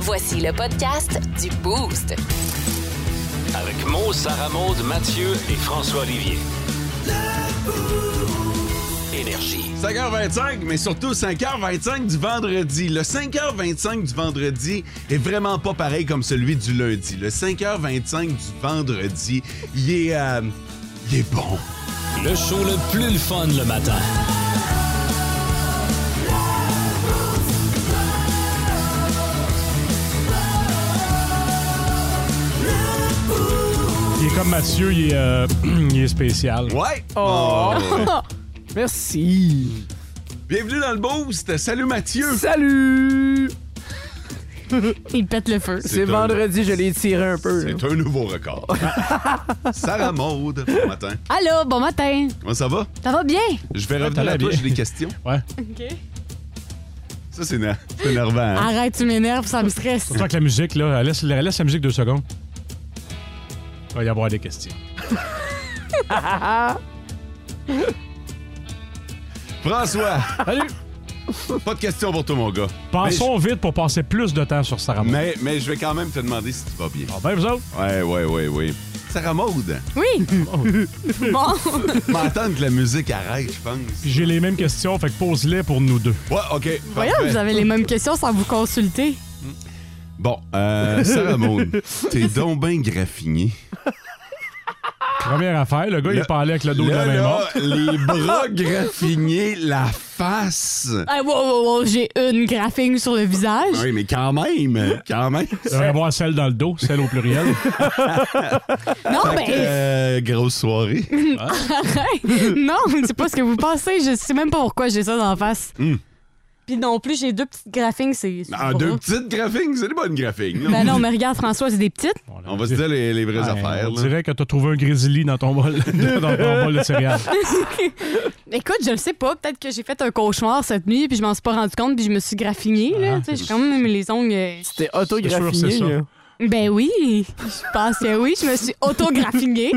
Voici le podcast du Boost. Avec Mo, Sarah Maud, Mathieu et François Olivier. Énergie. 5h25, mais surtout 5h25 du vendredi. Le 5h25 du vendredi est vraiment pas pareil comme celui du lundi. Le 5h25 du vendredi, il est, euh, il est bon. Le show le plus le fun le matin. Il est comme Mathieu, il est, euh, il est spécial. Ouais! Oh. Oh. Merci. Bienvenue dans le boost! Salut Mathieu! Salut. Il pète le feu. C'est vendredi, je l'ai tiré un peu. là. C'est un nouveau record. Sarah Maude, bon matin. Allô, bon matin. Comment ça va? Ça va bien? Je vais revenir l'air à toi, bien. j'ai des questions. Ouais. Ça, c'est ner- c'est énervant. hein? Arrête, tu m'énerves, ça me stresse. Surtout avec la musique, là. Laisse, laisse la musique deux secondes. Il va y avoir des questions. François, Salut! pas de questions pour toi, mon gars. Pensons vite pour passer plus de temps sur Sarah Maud. Mais, mais je vais quand même te demander si tu vas bien. Ah ben, vous autres? Ouais, Eh, ouais, ouais, ouais. Sarah Maude, Oui. bon. m'entendre que la musique arrête, je pense. J'ai les mêmes questions, fait que pose-les pour nous deux. Ouais, OK. Voyons, parfait. vous avez les mêmes questions sans vous consulter. Bon, euh, Sarah Maud, t'es donc bien graffiné. Première affaire, le gars, il est parlé avec le dos de la main morte. les bras graffinés, la face. Ah, wow, wow, wow, j'ai une graphing sur le visage. Oui, mais quand même, quand même. Il devrait y avoir celle dans le dos, celle au pluriel. Non, ben, Euh, grosse soirée. Ah. non, c'est pas ce que vous pensez. Je sais même pas pourquoi j'ai ça dans la face. Puis non plus, j'ai deux petites graphings, c'est. c'est Hmm. Ah, pour deux ça. petites graphings, c'est des bonnes graphings. là. Ben non, mais regarde, François, c'est des petites. On va se dire les, les vraies Ouais, affaires. On là. dirait que t'as trouvé un grizzly dans ton bol, dans ton bol de céréales. Écoute, je le sais pas. Peut-être que j'ai fait un cauchemar cette nuit, puis je m'en suis pas rendu compte, puis je me suis graffinée, là. Ah. Tu sais, j'ai quand même les ongles. euh, C'était C'est sûr, autographié. c'est ça. là. Ben oui, je pense que oui, je me suis autographiée.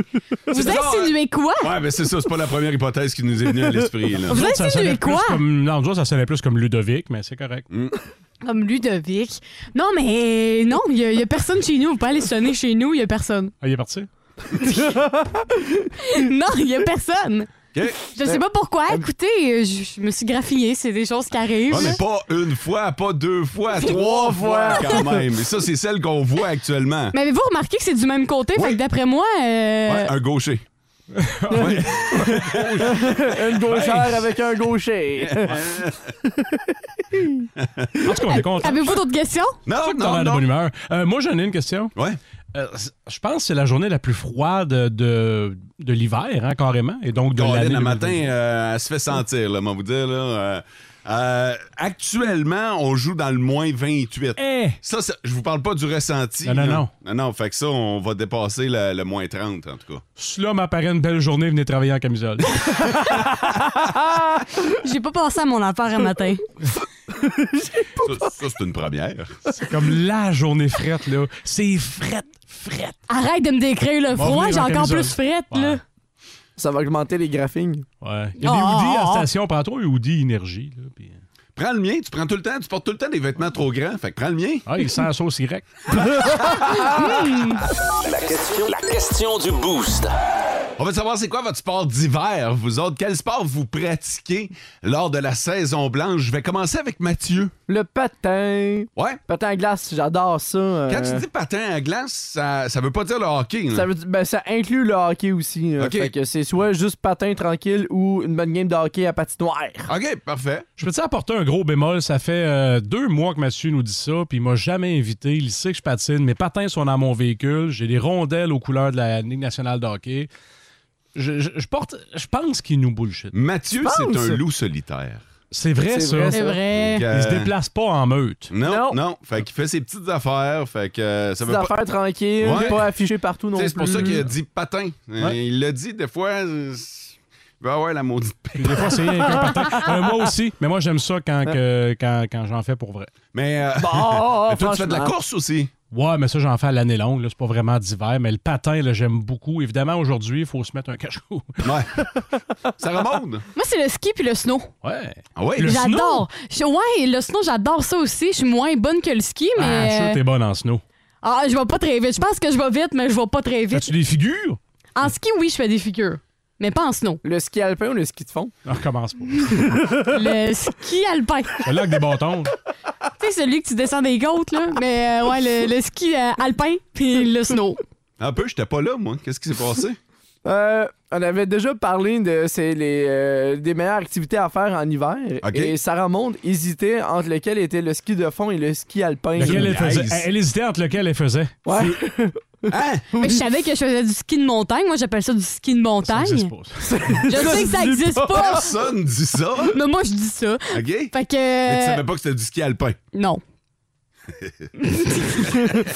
Vous hein? bizarre, insinuez quoi? Ouais, mais c'est ça, c'est pas la première hypothèse qui nous est venue à l'esprit. là. Vous Ça sonnait insinuez plus quoi? comme- Non, nous autres, ça sonnait plus comme Ludovic, mais c'est correct. Mm. Comme Ludovic. Non, mais euh, non, il y, a- il y a personne chez nous. Vous pouvez aller sonner chez nous, il y a personne. Ah, il est parti? Non, il y a personne. OK? Je sais pas Ah, pourquoi. Écoutez, euh, je, je me suis graffiée, c'est des choses qui arrivent. Ouais, Ah, mais pas une fois, pas deux fois, trois fois quand même. Et ça, c'est celle qu'on voit actuellement. Mais avez-vous remarqué que c'est du même côté? Oui. Fait que d'après moi, euh, Ouais, un gaucher. Une gauchère avec un gaucher. En tout cas, on est content. avez-vous d'autres questions? Non, T'as non, l'air de non. bonne humeur. Euh, moi, j'en ai une question. Ouais. Euh, c- je pense que c'est la journée la plus froide de, de l'hiver, hein, carrément, et donc de l'année. Colin, le 2020. matin, euh, elle se fait sentir, là, moi, vous dire. Là, euh, euh, actuellement, on joue dans le moins 28. Eh! Ça, ça- je vous parle pas du ressenti. Non, non, là. non. Non, non, fait que ça, on va dépasser le, le moins 30, en tout cas. Cela m'apparaît une belle journée, venez travailler en camisole. J'ai pas pensé à mon affaire un matin. Ça, ça, c'est une première. c'est comme la journée frette, là. C'est frette, frette. Arrête de me décrire le venir froid, en j'ai encore camisole. plus frette, là. Ouais. Ça va augmenter les graphings. Ouais. Il y a des Oh, hoodies à oh, la oh. station. Prends-toi un hoodie énergie. Là, puis- Prends le mien, tu prends tout le temps, tu portes tout le temps des vêtements trop grands. Fait que prends le mien. Ah, il sent la sauce directe. La question, la question du boost. On veut savoir c'est quoi votre sport d'hiver, vous autres. Quel sport vous pratiquez lors de la saison blanche? Je vais commencer avec Mathieu. Le patin. Ouais. Patin à glace, j'adore ça. euh, Quand tu dis patin à glace, ça, ça veut pas dire le hockey. là. Ça, veut dire- ben, ça inclut le hockey aussi. là. Ok. Fait que c'est soit juste patin tranquille ou une bonne game de hockey à patinoire. OK, parfait. Je peux-tu apporter un gros bémol? Ça fait euh, deux mois que Mathieu nous dit ça, puis il m'a jamais invité. Il sait que je patine. Mes patins sont dans mon véhicule. J'ai des rondelles aux couleurs de la Ligue nationale de hockey. Je, je- je porte, je pense qu'il nous bullshit. Mathieu, Tu c'est penses? un loup solitaire. C'est vrai, C'est ça. vrai, C'est ça. vrai. Donc, euh, Il se déplace pas en meute. Non, non, Non. Fait qu'il fait ses petites affaires. Fait que euh, ça Des veut pas. affaires tranquilles, Ouais. pas affichées partout non Tu sais, plus. C'est pour ça qu'il a dit patin. Euh, Ouais. Il l'a dit des fois. euh, Il va avoir la maudite paix. Puis des fois, c'est rien qu'un patin. Euh, moi aussi, mais moi, j'aime ça quand, que- quand, quand j'en fais pour vrai. Mais, euh, Bon, Bah, mais toi, tu fais de la course aussi. Ouais, mais ça, j'en fais à l'année longue. là. C'est pas vraiment d'hiver. Mais le patin, là, j'aime beaucoup. Évidemment, aujourd'hui, il faut se mettre un cachot. Ouais. ça remonte. Moi, c'est le ski puis le snow. Ouais. Ah ouais. Le J'adore. Je- Ouais, le snow, j'adore ça aussi. Je suis moins bonne que le ski, Ah, je suis sûr que mais. t'es bonne en snow. Ah, je vais pas très vite. Je pense que je vais vite, mais je vais pas très vite. As-tu des figures? En ski, oui, je fais des figures. Mais pas en snow. Le ski alpin ou le ski de fond? On Ah, recommence pas. Le ski alpin. Le lac des bâtons. Tu sais, celui que tu descends des côtes, là. Mais euh, ouais, le, le ski euh, alpin puis le snow. Un peu, j'étais pas là, moi. Qu'est-ce qui s'est passé? Euh, on avait déjà parlé de c'est les euh, des meilleures activités à faire en hiver. Ok. Et Sarah Monde hésitait entre lequel était le ski de fond et le ski alpin. Lequel elle, faisait- nice. elle hésitait entre lequel elle faisait. Ouais. Hein? Mais je savais que je faisais du ski de montagne. Moi, j'appelle ça du ski de Ça montagne. existe pas, ça. Je sais que ça existe pas. Personne dit ça. Mais moi, je dis ça. OK? Fait que. euh, Mais tu savais pas que c'était du ski alpin. Non.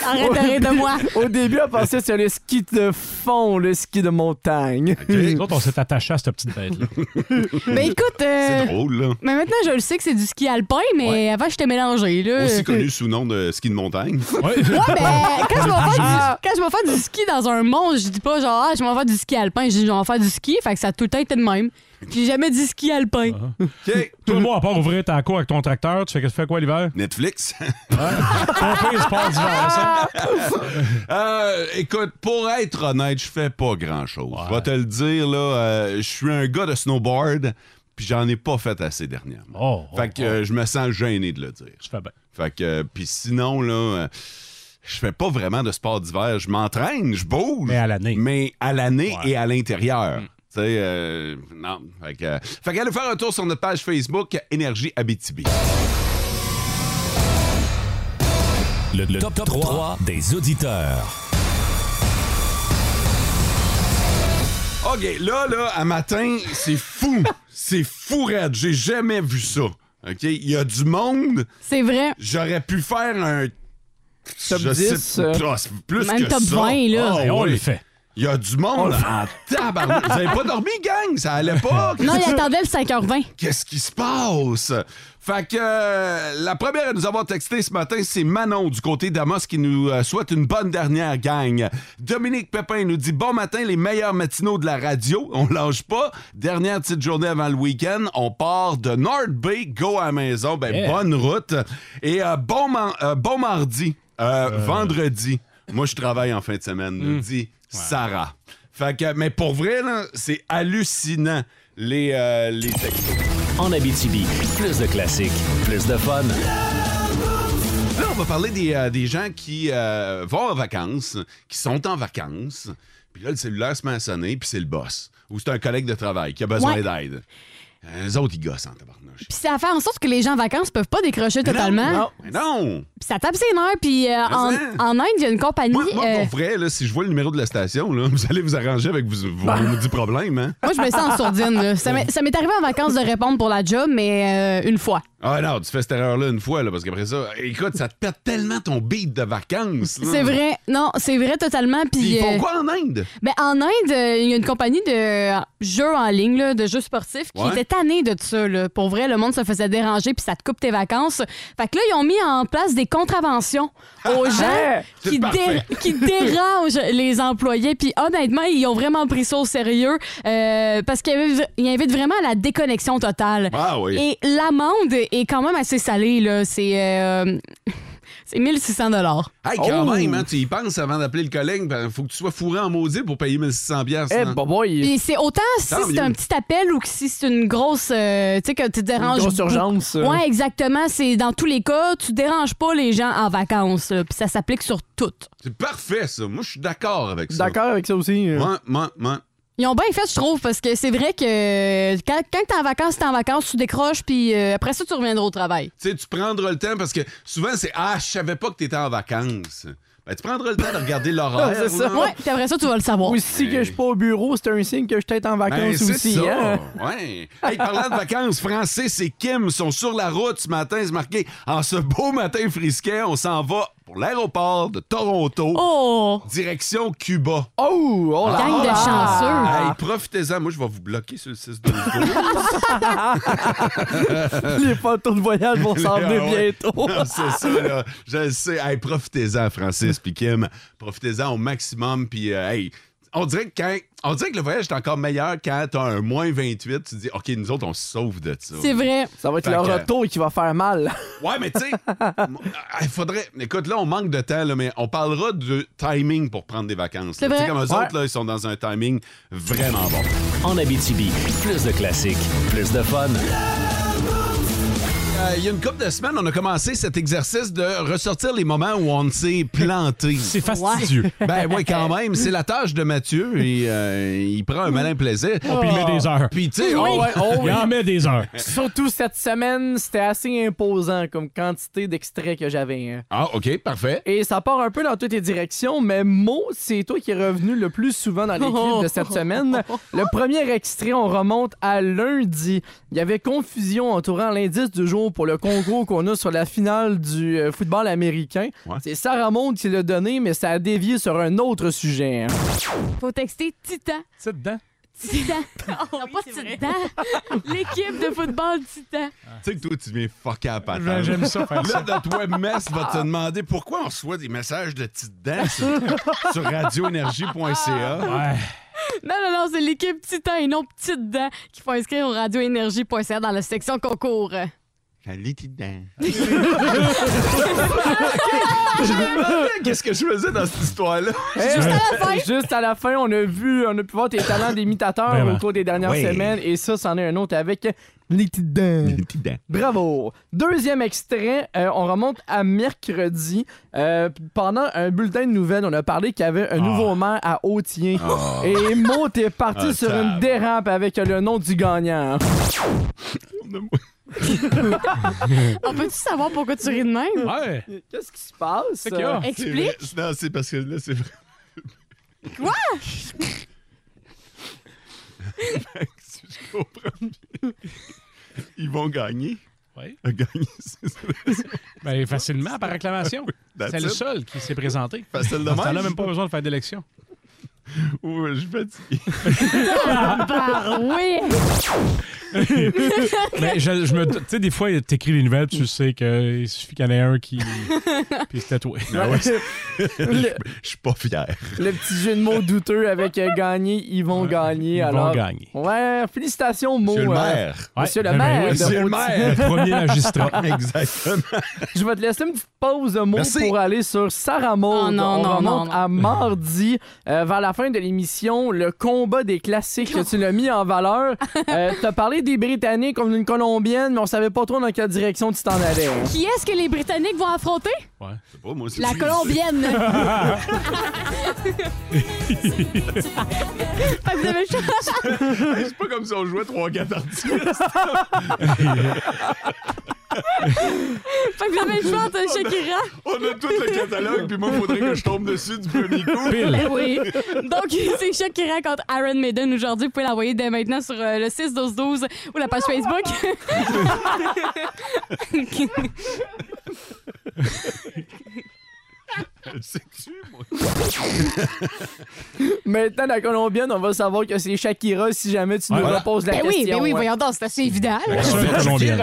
arrête, arrête de moi. Au début, on pensait sur le ski de fond, le ski de montagne. Les autres, on s'est attachés à cette petite bête-là. Mais écoute, euh, C'est drôle, là. mais maintenant je le sais que c'est du ski alpin, mais avant j'étais mélangé là. Aussi connu sous le nom de ski de montagne. Ouais. euh, Ouais, mais quand je vais faire, du- quand je vais faire du ski dans un monde, je dis pas genre ah, je m'en vais faire du ski alpin, je dis je vais faire du ski, fait que ça a tout le temps été le même. J'ai jamais dit ski alpin. Ah. OK. Tout le monde, à part ouvrir ta cour avec ton tracteur, tu fais, tu fais quoi l'hiver? Netflix. Pomper, sport d'hiver, ça. Euh, écoute, pour être honnête, je fais pas grand-chose. Je vais te le dire, là, euh, je suis un gars de snowboard, puis j'en ai pas fait assez dernièrement. Oh, oh, fait que euh, je me sens gêné de le dire. Tu fais bien. Fait que, euh, puis sinon, là, euh, je fais pas vraiment de sport d'hiver. Je m'entraîne, je bouge. Mais à l'année. Mais à l'année Ouais. Mm. et à l'intérieur. Tu sais, euh, non. Fait que, euh, fait qu'allez faire un tour sur notre page Facebook Énergie Abitibi. Le, le top, 3, des auditeurs. OK, là, là, à matin, c'est fou. c'est fou, raide. J'ai jamais vu ça. OK, il y a du monde. C'est vrai. J'aurais pu faire un... Top je 10, sais- euh, Ah, c'est plus même que top ça. 20, là. Ben, Ah Et on oui. le fait. Il y a du monde en tabarnak. Vous avez pas dormi, gang? Ça allait pas? Non, il attendait le 5h20. Qu'est-ce qui se passe? Fait que euh, la première à nous avoir texté ce matin, c'est Manon du côté d'Amos qui nous euh, souhaite une bonne dernière gang. Dominique Pépin nous dit Bon matin, les meilleurs matinaux de la radio. On lâche pas. Dernière petite journée avant le week-end. On part de North Bay, go à la maison. Ben, Yeah. bonne route. Et euh, bon, man- euh, bon mardi, Euh, vendredi. Moi, je travaille en fin de semaine, nous dit Sarah. Fait que, mais pour vrai, là, c'est hallucinant les, euh, les textos. En Abitibi, plus de classiques, plus de fun. Là, on va parler des, euh, des gens qui euh, vont en vacances, qui sont en vacances, puis là, le cellulaire se met à sonner, puis c'est le boss. Ou c'est un collègue de travail qui a besoin Ouais. d'aide. Euh, Les autres, ils gossent en tabarnouche. Puis ça fait en sorte que les gens en vacances peuvent pas décrocher totalement. Non! mais non. Puis ça tape ses nerfs. Puis euh, en, hein? en Inde, il y a une compagnie. Moi, moi, euh, pour Eh. vrai, là, si je vois le numéro de la station, là, vous allez vous arranger avec vos, vos Bah. maudits problèmes, hein? moi, je me sens en sourdine. là. Ça m'est ça m'est arrivé en vacances de répondre pour la job, mais euh, une fois. Ah non, tu fais cette erreur-là une fois, là, parce qu'après ça, écoute, ça te perd tellement ton beat de vacances. là. C'est vrai. Non, c'est vrai totalement. Hmm. Puis Puis ils font euh, quoi en Inde? ben, en Inde, euh, il y a une compagnie de jeux en ligne, là, de jeux sportifs, qui Ouais. était tannée de ça. là. Pour vrai, le monde se faisait déranger, puis ça te coupe tes vacances. Fait que là, ils ont mis en place des contraventions aux gens Ah, C'est qui, parfait. dé- qui dérangent les employés. Puis honnêtement, ils ont vraiment pris ça au sérieux euh, parce qu'ils invi- ils invitent vraiment à la déconnexion totale. Ah oui. Et l'amende est quand même assez salée. là. C'est euh, c'est 1600 dollars. Hey, quand Oh! même, hein, tu y penses avant d'appeler le collègue, ben, faut que tu sois fourré en maudit pour payer 1600 pièces. Eh, bon boy, Puis c'est autant si hein. Tant c'est mieux. un petit appel ou que si c'est une grosse. euh, tu sais, que tu une déranges. grosse urgence. euh. Ouais, exactement. C'est dans tous les cas, tu déranges pas les gens en vacances. là. Puis ça s'applique sur tout. C'est parfait, ça. Moi, je suis d'accord avec ça. D'accord avec ça aussi. euh. Moi, moi, moi. Ils ont bien fait, je trouve, parce que c'est vrai que quand, quand t'es en vacances, t'es en vacances, tu décroches, puis euh, après ça, tu reviendras au travail. Tu sais, tu prendras le temps parce que souvent, c'est Ah, je savais pas que t'étais en vacances. Ben, tu prendras le temps de regarder l'horaire. Ah, C'est ça. là. Ouais, puis après ça, tu vas le savoir. Ou si que je suis pas au bureau, c'est un signe que je suis peut-être en Ben, vacances c'est aussi. ça. hein. Ouais. Hey, parlant de vacances, Francis et Kim sont sur la route ce matin. C'est marqué En ce beau matin frisquet, on s'en va pour pour l'aéroport de Toronto, Oh! direction Cuba. Oh, oh là Gang de là. chanceux. Hey, profitez-en, moi je vais vous bloquer sur le 6 de hein. Les photos de voyage vont s'en Ah venir ouais. bientôt. Non, c'est ça, là. Je le sais. Hey, profitez-en, Francis puis Kim. Profitez-en au maximum. Puis, euh, hey, on dirait, que quand- on dirait que le voyage est encore meilleur quand t'as un moins 28. Tu dis, OK, nous autres, on se sauve de ça. C'est vrai. Ça va être Fait le que- retour qui va faire mal. Ouais, mais tu sais, m- ah, il faudrait. Écoute, là, on manque de temps, là, mais on parlera de timing pour prendre des vacances. C'est là. Tu vrai. sais, comme eux autres, là, ils sont dans un timing vraiment bon. En Abitibi, plus de classiques, plus de fun. Euh, Il y a une couple de semaines, on a commencé cet exercice de ressortir les moments où on s'est planté. C'est fastidieux. Ben oui, quand même. C'est la tâche de Mathieu et euh, il prend un malin plaisir. Puis il met des heures. Puis tu sais, oh, ouais, Oh, ouais, oh Il oui. en met des heures. Surtout cette semaine, c'était assez imposant comme quantité d'extraits que j'avais. hein. Ah, OK, parfait. Et ça part un peu dans toutes les directions, mais Mo, c'est toi qui es revenu le plus souvent dans les clips de cette semaine. Le premier extrait, on remonte à lundi. Il y avait confusion entourant l'indice du jour pour le concours qu'on a sur la finale du euh, football américain. Ouais. C'est Sarah Maud qui l'a donné, mais ça a dévié sur un autre sujet. hein. Faut texter Titan. C'est dedans. Ah Titan. Non, pas Titan. L'équipe de football Titan. Tu sais que toi, tu viens fucker à la J'aime- patate. J'aime ça faire ça. Là, notre webmess va te demander pourquoi on reçoit des messages de petites dents sur, sur radioénergie.ca. Ouais. Non, non, non, c'est l'équipe Titan et non Petite Dent qui font inscrire au radioénergie.ca dans la section concours. Ah, Les petites dents. Je me demandais qu'est-ce que je faisais dans cette histoire-là. Hey, Juste à la fin. Eh, Juste à la fin, on a vu, on a pu voir tes talents d'imitateur Vraiment. au cours des dernières Oui. semaines, et ça, c'en est un autre avec les petites dents. petites dents. Bravo! Deuxième extrait, euh, on remonte à mercredi. Euh, pendant un bulletin de nouvelles, on a parlé qu'il y avait un nouveau maire à Hautien. Et Mo, t'es parti Ah, sur ça va. une dérape avec le nom du gagnant. On peut-tu savoir pourquoi tu ris de même? Ouais. Qu'est-ce qui se passe? qu'il y a? C'est vrai. Explique. Non, c'est parce que là, c'est vrai. Quoi? si je comprends bien, ils vont gagner. Ouais. Le Gagner, c'est ça. Ben, facilement, par acclamation. That's C'est le it. seul qui s'est présenté. Facile de Dans ce temps-là, même. même pas besoin de faire d'élection. Ouh, je suis fatigué. Bah oui! Mais je, je me. Tu sais, des fois, t'écris les nouvelles, puis tu sais qu'il suffit qu'il y en ait un qui. Puis c'est tatoué. le, Ah Je suis pas fier. le petit jeu de mots douteux avec euh, gagner, ils vont gagner. Ils alors... vont gagner. Ouais, félicitations, Mo. Monsieur le euh, maire. Ouais, Monsieur le ben maire. oui, de Monsieur le Hautien. Le maire. premier magistrat. Exactement. Je vais te laisser une petite pause de mots Merci. pour aller sur Sarah Maud. Oh non, On non, remonte non, non. à mardi, euh, vers la fin de l'émission, le combat des classiques que tu l'as mis en valeur. Euh, T'as parlé des Britanniques comme d'une Colombienne, mais on savait pas trop dans quelle direction tu t'en allais. hein. Qui est-ce que les Britanniques vont affronter? Oh, moi, c'est- La Colombienne! Fait que vous avez le choix. C'est pas comme si on jouait 3-4 artistes. Fait que vous avez le choix entre Shakira. On a tout le catalogue, puis moi, faudrait que je tombe dessus du premier coup. Pile. Ben oui. Donc, c'est Shakira contre Aaron Maiden aujourd'hui. Vous pouvez l'envoyer dès maintenant sur euh, le 6-12-12 ou la page Facebook. Sais-tu, moi? Maintenant, la Colombienne, on va savoir que c'est Shakira si jamais tu nous Ouais. reposes la ben oui, question. ben oui, hein. voyons donc, c'est assez évident. là. Seule colombienne.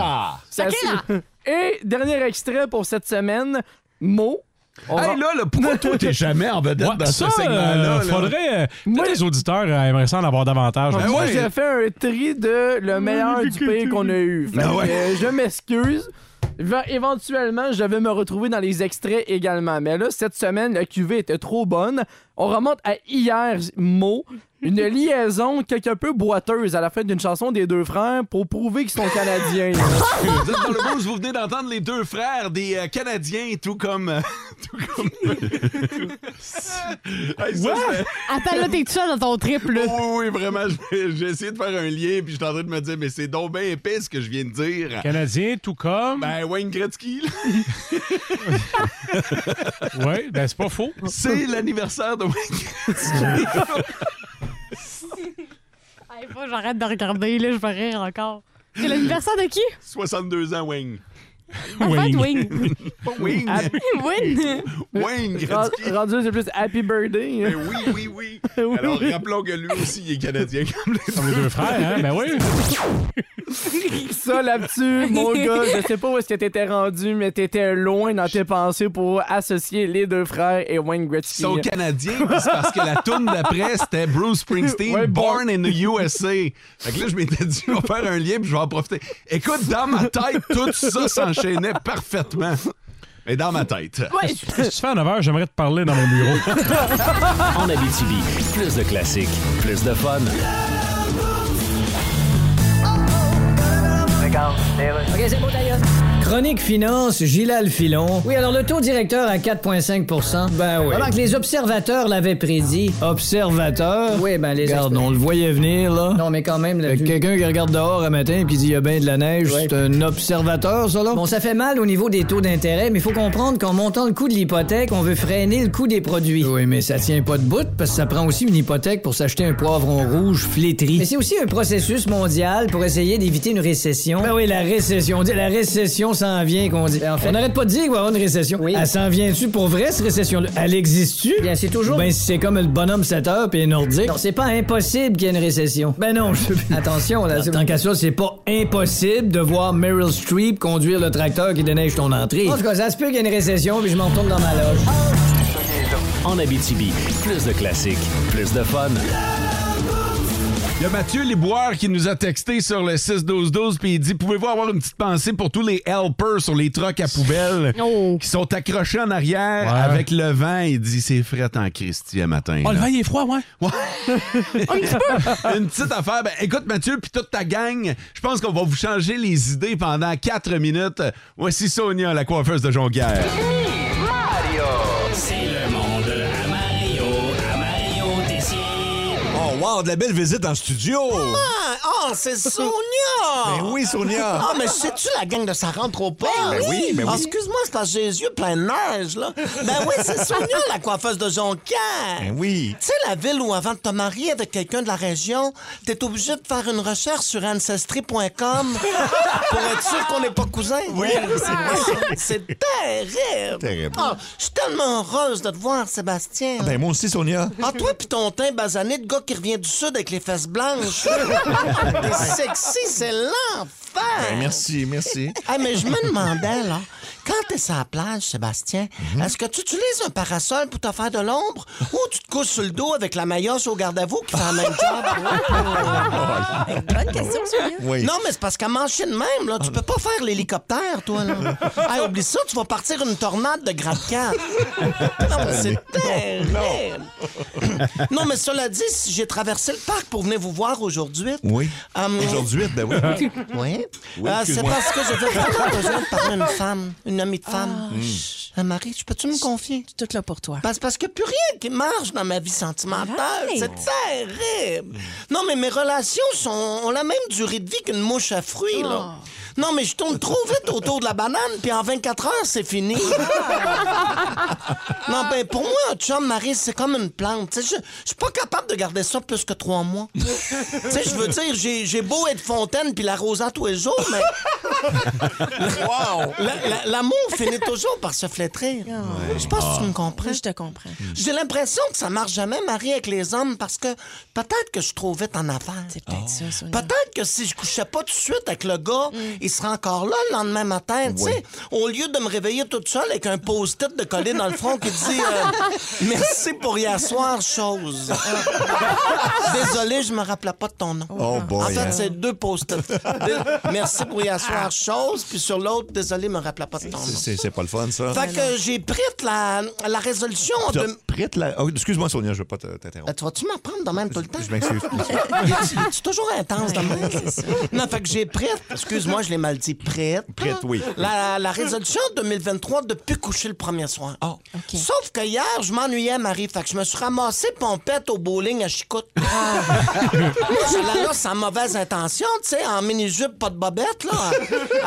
Ça Shakira! se- Et dernier extrait pour cette semaine, Mo. on Hey, va- là, là, pourquoi toi, t'es jamais en vedette Ouais, dans ça, ce segment-là? euh, là? faudrait. euh, Moi- peut-être les auditeurs euh, aimeraient ça en avoir davantage. Ben Moi, ouais. j'ai fait un tri de le meilleur du pays qu'on a eu. Fait Ah que, ouais. euh, je m'excuse. Va- Éventuellement, je vais me retrouver dans les extraits également. Mais là, cette semaine, la cuvée était trop bonne. On remonte à hier, mot. Une liaison quelque peu boiteuse à la fin d'une chanson des deux frères pour prouver qu'ils sont canadiens. Vous êtes dans le boost, vous venez d'entendre les deux frères des euh, Canadiens, tout comme. euh, tout comme. Hey, ça, c'est- Attends, là, t'es tout seul dans ton trip, là. oui, oui, vraiment, je- j'ai essayé de faire un lien, puis j'étais en train de me dire, mais c'est donc bien épais ce que je viens de dire. Canadien, tout comme. Ben, Wayne Gretzky, là, Oui, ben c'est pas faux. c'est l'anniversaire de Wayne Gretzky. Hey, faut que j'arrête de regarder, là, je vais rire encore. C'est l'anniversaire de qui? 62 ans, Wayne. Wing. Wing. Wing. Pas Wayne. Ah, Win. Wayne Ren- Gretzky. Rendu, c'est plus Happy Mais Birthday. Ben oui, oui, oui. Oui. Alors, rappelons que lui aussi, il est Canadien comme les Comme les deux frères, hein? Ben oui. Ça là-dessus, mon gars, je sais pas où est-ce que t'étais rendu, mais t'étais loin dans tes pensées pour associer les deux frères et Wayne Ils Gretzky. sont canadiens, puis c'est parce que la toune d'après, c'était Bruce Springsteen, Ouais, bon. Born in the USA. Fait que là, je m'étais dit, je vais faire un lien, puis je vais en profiter. Écoute, dans ma tête, tout ça s'enchaînait parfaitement. Mais dans ma tête. Qu'est-ce que tu fais à 9h? J'aimerais te parler dans mon bureau. En Abitibi, plus de classiques, plus de fun. Chronique Finance, Gilal Filon. Oui, alors le taux directeur à 4,5 Ben oui. Pendant que les observateurs l'avaient prédit. Observateur. Oui, ben les Regarde, experts- on le voyait venir, là. Non, mais quand même, la Fait que vue- Quelqu'un qui regarde dehors un matin et qui dit il y a bien de la neige, Ouais. c'est un observateur, ça, là? Bon, ça fait mal au niveau des taux d'intérêt, mais il faut comprendre qu'en montant le coût de l'hypothèque, on veut freiner le coût des produits. Oui, mais ça tient pas de bout parce que ça prend aussi une hypothèque pour s'acheter un poivron rouge flétri. Mais c'est aussi un processus mondial pour essayer d'éviter une récession. Ben oui, la récession. On dit la récession s'en vient, qu'on dit. Ben, en fait- on n'arrête pas de dire qu'il va y avoir une récession. Oui. Elle s'en vient-tu pour vrai, cette récession-là? Elle existe-tu? Bien, c'est toujours- Ben, si c'est comme le bonhomme 7 heures puis nordique. Non, c'est pas impossible qu'il y ait une récession. Ben non, je Attention, là. c'est- Tant qu'à ça, c'est pas impossible de voir Meryl Streep conduire le tracteur qui déneige ton entrée. En tout cas, ça se peut qu'il y ait une récession, puis je m'en retourne dans ma loge. En Abitibi, plus de classiques, plus de fun. Il y a Mathieu Liboire qui nous a texté sur le 6-12-12, puis il dit Pouvez-vous avoir une petite pensée pour tous les helpers sur les trucks à poubelle Oh. qui sont accrochés en arrière Ouais. avec le vent Il dit C'est fret en Christie à matin. Oh, là. le vent, il est froid, ouais. une petite affaire. Ben, écoute, Mathieu, puis toute ta gang, je pense qu'on va vous changer les idées pendant 4 minutes. Voici Sonia, la coiffeuse de Jonquière. C'est le monde à Mario, à Mario Tessier. Oh wow, de la belle visite en studio! Ah, oh, c'est Sonia! Ben oui, Sonia! Ah, mais c'est-tu la gang de Ça rentre au port? Ben oui, ben oui. Ah, excuse-moi, c'est parce que j'ai les yeux pleins de neige, là. Ben oui, c'est Sonia, la coiffeuse de Jonquière. Ben oui! Tu sais, la ville où avant de te marier avec quelqu'un de la région, t'es obligé de faire une recherche sur ancestry.com pour être sûr qu'on n'est pas cousins. Oui, c'est C'est terrible. Terrible. Ah, je suis tellement heureuse de te voir, Sébastien. Ben moi aussi, Sonia! Ah, toi pis ton teint basané de gars qui revient du sud avec les fesses blanches. T'es sexy, c'est l'enfer. Ben, merci, merci. Ah, mais je me demandais, là, quand t'es sur la plage, Sébastien, Mhm. est-ce que tu utilises un parasol pour te faire de l'ombre ou tu te couches sur le dos avec la maillasse au garde-à-vous qui fait la même Ah. job? Bonne question, Sonia. Oui. Hein? non, mais c'est parce qu'à manger de même, là, tu peux pas faire l'hélicoptère, toi, là. Ah, oublie ça, tu vas partir une tornade de grade 4. non, mais c'est terrible. non, mais cela dit, si j'ai traversé le parc pour venir vous voir aujourd'hui. Oui. euh, Aujourd'hui, ben oui. oui. Oui, Euh, c'est excuse-moi. parce que j'avais vraiment besoin de parler à une femme, une amie de Ah. femme. Hmm. Chut. Euh, Marie, tu peux-tu me confier? Tout là pour toi. Ben, c'est parce que plus rien qui marche dans ma vie sentimentale. C'est terrible. Non, mais mes relations sont, ont la même durée de vie qu'une mouche à fruits, Ah. là. Non, mais je tourne trop vite autour de la banane, puis en 24 heures, c'est fini. Ah. non, ben, pour moi, un chum, Marie, c'est comme une plante. Tu sais, Je je suis pas capable de garder ça plus que trois mois. tu sais, je veux dire, j'ai j'ai beau être fontaine puis l'arroser à tous les jours, mais... Wow! La- la- L'amour finit toujours par se flétrir. Je pense que tu me comprends. Ah. Hmm. Je te comprends. J'ai l'impression que ça marche jamais, Marie, avec les hommes, parce que peut-être que je suis trop vite en affaires. Ah. C'est peut-être ça, Hmm. Sonia. Peut-être que si je couchais pas tout de suite avec le gars, il serait encore là le lendemain matin, tu sais. Au lieu de me réveiller toute seule avec un post-it de coller dans le front qui dit euh, Merci pour hier soir, chose. Désolé, je me rappelais pas de ton nom. Oh En boy! fait, hein. c'est deux post-it. Dé- Merci pour hier soir, chose. Puis sur l'autre, désolé, me rappelais pas de ton nom. C'est- C'est c'est pas le fun, ça. Fait que j'ai pris la, la résolution en T'as deux- prête la... oh, Excuse-moi, Sonia, je veux pas te- t'interrompre. Euh, tu vas-tu m'apprendre de même tout le temps? Je m'excuse. Tu es toujours intense de même. Non, fait que j'ai prête. Excuse-moi, je l'ai mal dit. Prête. Prête, oui. La, la résolution 2023 de plus coucher le premier soir. Oh. Sauf que hier, je m'ennuyais, Marie. Fait que je me suis ramassé pompette au bowling à Chicoute. Moi, je là, là, sans mauvaise intention, tu sais, en mini-jupe, pas de bobette, là,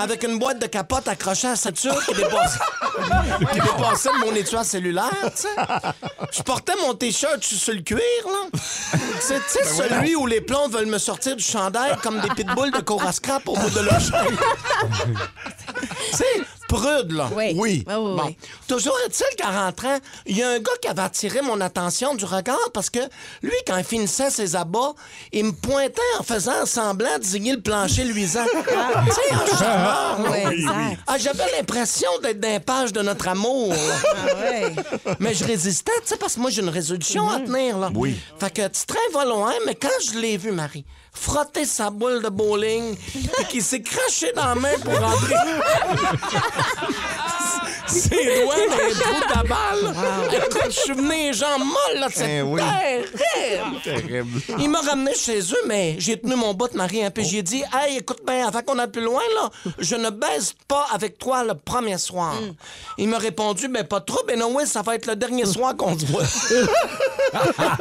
avec une boîte de capote accrochée à la ceinture qui dépassait, qui dépassait de mon étui cellulaire, tu sais. Je portais mon t-shirt sur le cuir, là. C'est, tu sais, celui où les plombs veulent me sortir du chandail comme des pitbulls de cour à scrap au bout de leur chaîne. Tu sais, prude, là. Oui. Oui. Oui, oui, Bon. oui. Toujours est-il qu'en rentrant, il y a un gars qui avait attiré mon attention du regard parce que lui, quand il finissait ses abats, il me pointait en faisant semblant de signer le plancher luisant. tu sais, un charmeur, là. Ouais, Ah. exact. Ah, J'avais l'impression d'être d'un page de notre amour. Mais je résistais, tu sais, parce que moi, j'ai une résolution à tenir, là. Oui. Fait que tu traînes va loin, mais quand je l'ai vu, Marie, frotter sa boule de bowling, puis qu'il s'est craché dans la main pour rentrer ses doigts dans le trou de la balle, écoute, je suis venu les jambes molles, là, c'est Eh oui. terrible. Terrible. Il m'a ramené chez eux, mais j'ai tenu mon bout de Marie un peu. J'ai dit, hey, écoute bien, avant qu'on aille plus loin, là, je ne baise pas avec toi le premier soir. Il m'a répondu, ben pas trop, ben non, oui, ça va être le dernier soir qu'on se voit.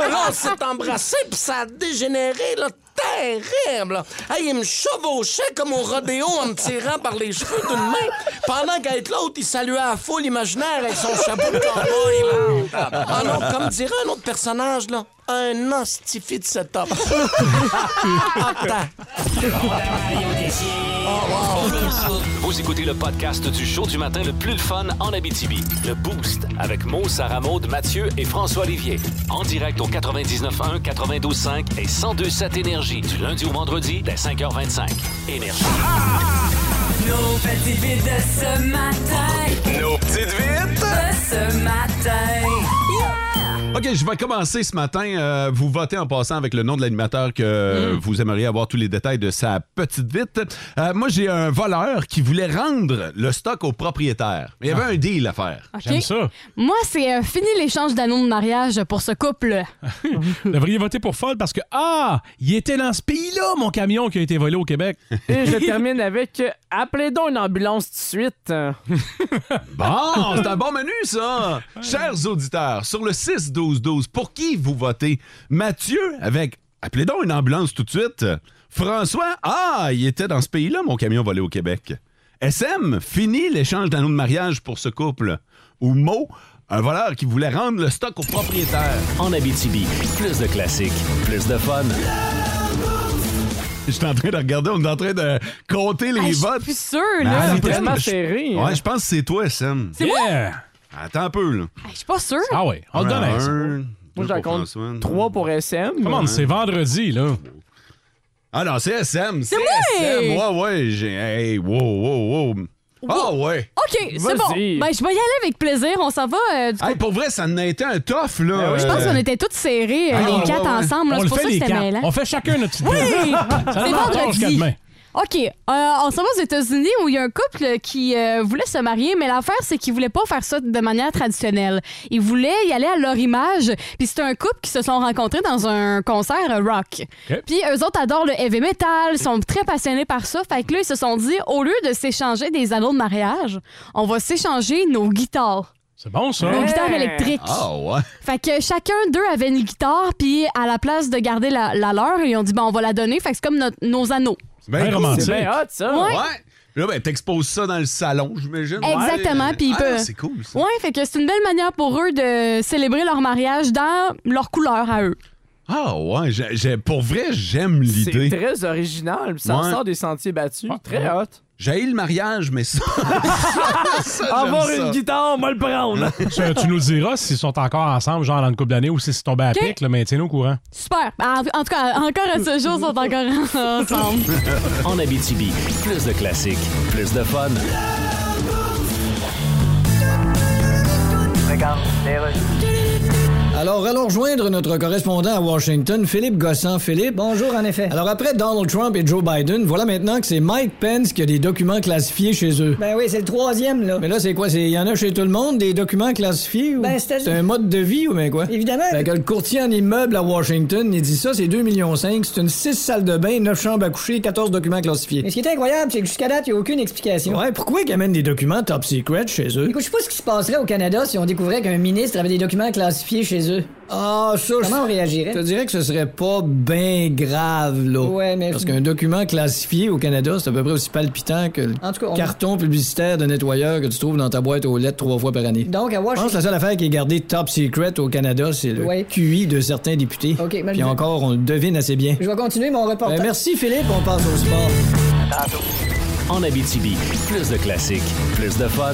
là, on s'est embrassé, puis ça a dégénéré, là, terrible. là. Hey, il me chevauchait comme au rodéo en me tirant par les cheveux d'une main, pendant qu'avec l'autre, il saluait la foule imaginaire avec son chapeau de cowboy, là. Ah non, comme dirait un autre personnage, là, un ostifi de setup. Attends. Ah, Vous écoutez le podcast du show du matin le plus le fun en Abitibi. Le Boost avec Mo, Sarah Maud, Mathieu et François Olivier. En direct au 99.1, 92.5 et 102.7 Énergie du lundi au vendredi dès 5h25. Énergie. Nos petites vites de ce matin. Nos petites vites de ce matin. OK, je vais commencer ce matin. Euh, vous votez en passant avec le nom de l'animateur que Mm. euh, vous aimeriez avoir tous les détails de sa petite vite. Euh, moi, j'ai un voleur qui voulait rendre le stock au propriétaire. Il y Ah. avait un deal à faire. OK. Moi, c'est euh, fini l'échange d'annonces de mariage pour ce couple. devriez voter pour Fold parce que, ah, il était dans ce pays-là, mon camion qui a été volé au Québec. Et je termine avec euh, appelez donc une ambulance tout de suite. Euh, Bon, c'est un bon menu, ça! Chers auditeurs, sur le 6-12-12, pour qui vous votez? Mathieu avec Appelez donc une ambulance tout de suite. François, ah, il était dans ce pays-là, mon camion volé au Québec. SM, fini l'échange d'anneaux de mariage pour ce couple. Ou Mo, un voleur qui voulait rendre le stock au propriétaire. En Abitibi, plus de classiques, plus de fun. Je suis en train de regarder, on est en train de compter les Ah, je suis votes. plus sûre, là. Ah, C'est tellement je- serré, hein. Ouais, je pense que c'est toi, Sam. C'est moi? Attends un peu, là. Hey, Je suis pas sûre. Ah ouais, on te donne un. un. Moi, deux j'en pour compte François. trois pour SM. Comment c'est vendredi, là? Ah non, c'est SM. C'est moi! SM. Ouais, ouais. J'ai... Hey, wow, wow, wow. Ah ouais. OK, c'est bon. Vas-y. Ben, je vais y aller avec plaisir. On s'en va. euh, du coup, Hey, pour vrai, ça en a été un tough, là. Ben euh, je pense qu'on était tous serrés, euh, Ah, ouais, les quatre ouais. ensemble. là. C'est Ben on le pour ça fait que les c'était quatre. mêlant. On fait chacun notre petite Oui! Ça C'est nous rapporte vendredi. jusqu'à demain. OK. euh, on s'en va aux États-Unis où il y a un couple qui euh, voulait se marier, mais l'affaire, c'est qu'ils voulaient pas faire ça de manière traditionnelle. Ils voulaient y aller à leur image. Puis c'est un couple qui se sont rencontrés dans un concert euh, rock. OK. Puis eux autres adorent le heavy metal, sont très passionnés par ça. Fait que là, ils se sont dit, au lieu de s'échanger des anneaux de mariage, on va s'échanger nos guitares. C'est bon, ça. Nos guitares électriques. Ah ouais. Fait que chacun d'eux avait une guitare, puis à la place de garder la, la leur, ils ont dit, ben, on va la donner. Fait que c'est comme notre- nos anneaux. C'est bien Ben, cool. romantique. C'est bien hot, ça. Ouais. Là, ben, t'exposes ça dans le salon, j'imagine. Exactement, Ouais. puis il ah, peut- C'est cool, ça. Ouais, fait que c'est une belle manière pour eux de célébrer leur mariage dans leur couleur à eux. Ah ouais. j'ai- j'ai- Pour vrai, j'aime C'est l'idée. très original, puis ça Ouais. sort des sentiers battus. Ah, Très hot. J'ai le mariage, mais ça. ça, j'aime Avoir ça. une guitare, on va le prendre. Tu, tu nous diras s'ils sont encore ensemble, genre dans une couple d'années, ou si c'est tombé à OK. pic, là, mais tiens-nous au courant. Super. En, en tout cas, encore à ce jour, ils sont encore ensemble. En Abitibi, plus de classiques, plus de fun. Alors, allons rejoindre notre correspondant à Washington, Philippe Gossan. Philippe, Bonjour, en effet. alors après Donald Trump et Joe Biden, voilà maintenant que c'est Mike Pence qui a des documents classifiés chez eux. Ben oui, c'est le troisième, là. Mais là, c'est quoi? C'est- Il y en a chez tout le monde, des documents classifiés? Ou... Ben, c'est- c'est un mode de vie ou bien quoi? Évidemment. Fait que le courtier en immeuble à Washington, il dit ça, c'est 2,5 millions. C'est une 6 salles de bain, 9 chambres à coucher, 14 documents classifiés. Mais ce qui est incroyable, c'est que jusqu'à date, il n'y a aucune explication. Ouais, pourquoi ils amènent des documents top secret chez eux? Écoute, je sais pas ce qui se passerait au Canada si on découvrait qu'un ministre avait des documents classifiés chez eux. Ah, ça, je- Comment je on te réagirait? dirais que ce serait pas bien grave, là. Ouais, mais- Parce qu'un document classifié au Canada, c'est à peu près aussi palpitant que le En tout cas, on- carton publicitaire de nettoyeur que tu trouves dans ta boîte aux lettres trois fois par année. Donc, Je à pense que Washington. la seule affaire qui est gardée top secret au Canada, c'est le Ouais. QI de certains députés. Ok, mais- Puis encore, on le devine assez bien. Je vais continuer mon Ben, reportage. merci Philippe, on passe au sport. en Abitibi. Plus de classiques, plus de fun.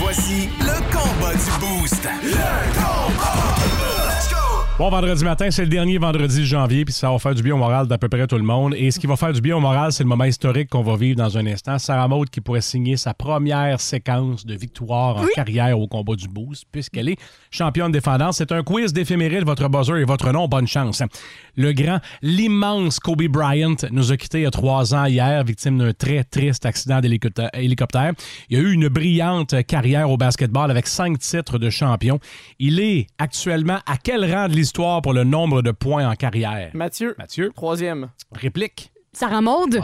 Voici le combat du Boost. Le combat. Bon, vendredi matin, c'est le dernier vendredi de janvier, puis ça va faire du bien au moral d'à peu près tout le monde. Et ce qui va faire du bien au moral, c'est le moment historique qu'on va vivre dans un instant. Sarah Maud qui pourrait signer sa première séquence de victoire en carrière au combat du Boost, puisqu'elle est championne défendante. C'est un quiz d'éphéméride, votre buzzer et votre nom. Bonne chance. Le grand, l'immense Kobe Bryant nous a quittés il y a trois ans hier, victime d'un très triste accident d'hélicoptère. hélicoptère. Il a eu une brillante carrière au basketball avec cinq titres de champion. Il est actuellement à quel rang de l'histoire pour le nombre de points en carrière? Mathieu. Mathieu. Troisième. Réplique. Sarah Maud.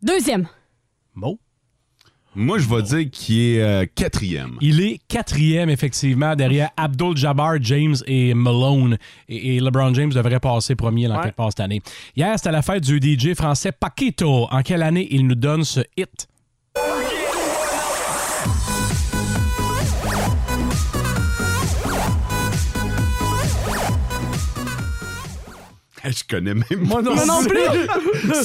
Deuxième. Mo. Moi, je vais dire qu'il est euh, quatrième. Il est quatrième, effectivement, derrière Abdul Jabbar, James et Malone. Et, et LeBron James devrait passer premier l'enquête part cette année. Hier, c'était la fête du DJ français Paquito. En quelle année il nous donne ce hit? Je connais même Moi non pas Moi non ça. plus.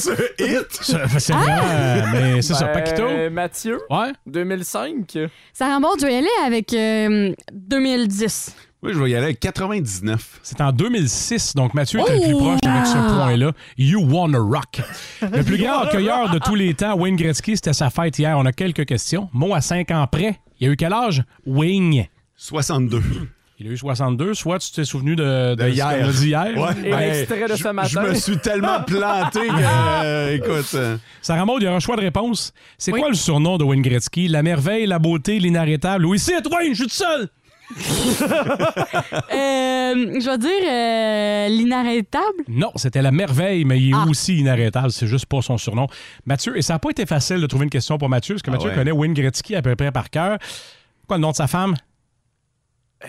Ce hit. C'est c'est vraiment- Mais c'est ça, Ben, Paquito. Mathieu. Ouais. 2005. Sarah Maud, je vais y aller avec euh, 2010. Oui, je vais y aller avec 99. C'est en 2006, donc Mathieu était le plus Oh! proche avec ce Ah! point-là. You wanna rock. Le plus grand accueilleur de tous les temps, Wayne Gretzky, c'était sa fête hier. On a quelques questions. Mot à 5 ans près. Il a eu quel âge? Wayne. 62. Il a eu 62. Soit tu t'es souvenu de, de, De ce hier. qu'on a dit hier. Ouais. Et l'extrait de ce matin. Je me suis tellement planté que, euh, écoute. euh, Sarah Maud, il y aura un choix de réponse. C'est quoi le surnom de Wayne Gretzky? La merveille, la beauté, l'inarrêtable. Oui, c'est Wayne, je suis tout seul! Euh, je vais dire euh, l'inarrêtable. Non, c'était la merveille, mais il est aussi inarrêtable. C'est juste pas son surnom. Mathieu, et ça n'a pas été facile de trouver une question pour Mathieu, parce que Ah Mathieu ouais. connaît Wayne Gretzky à peu près par cœur. Quoi le nom de sa femme?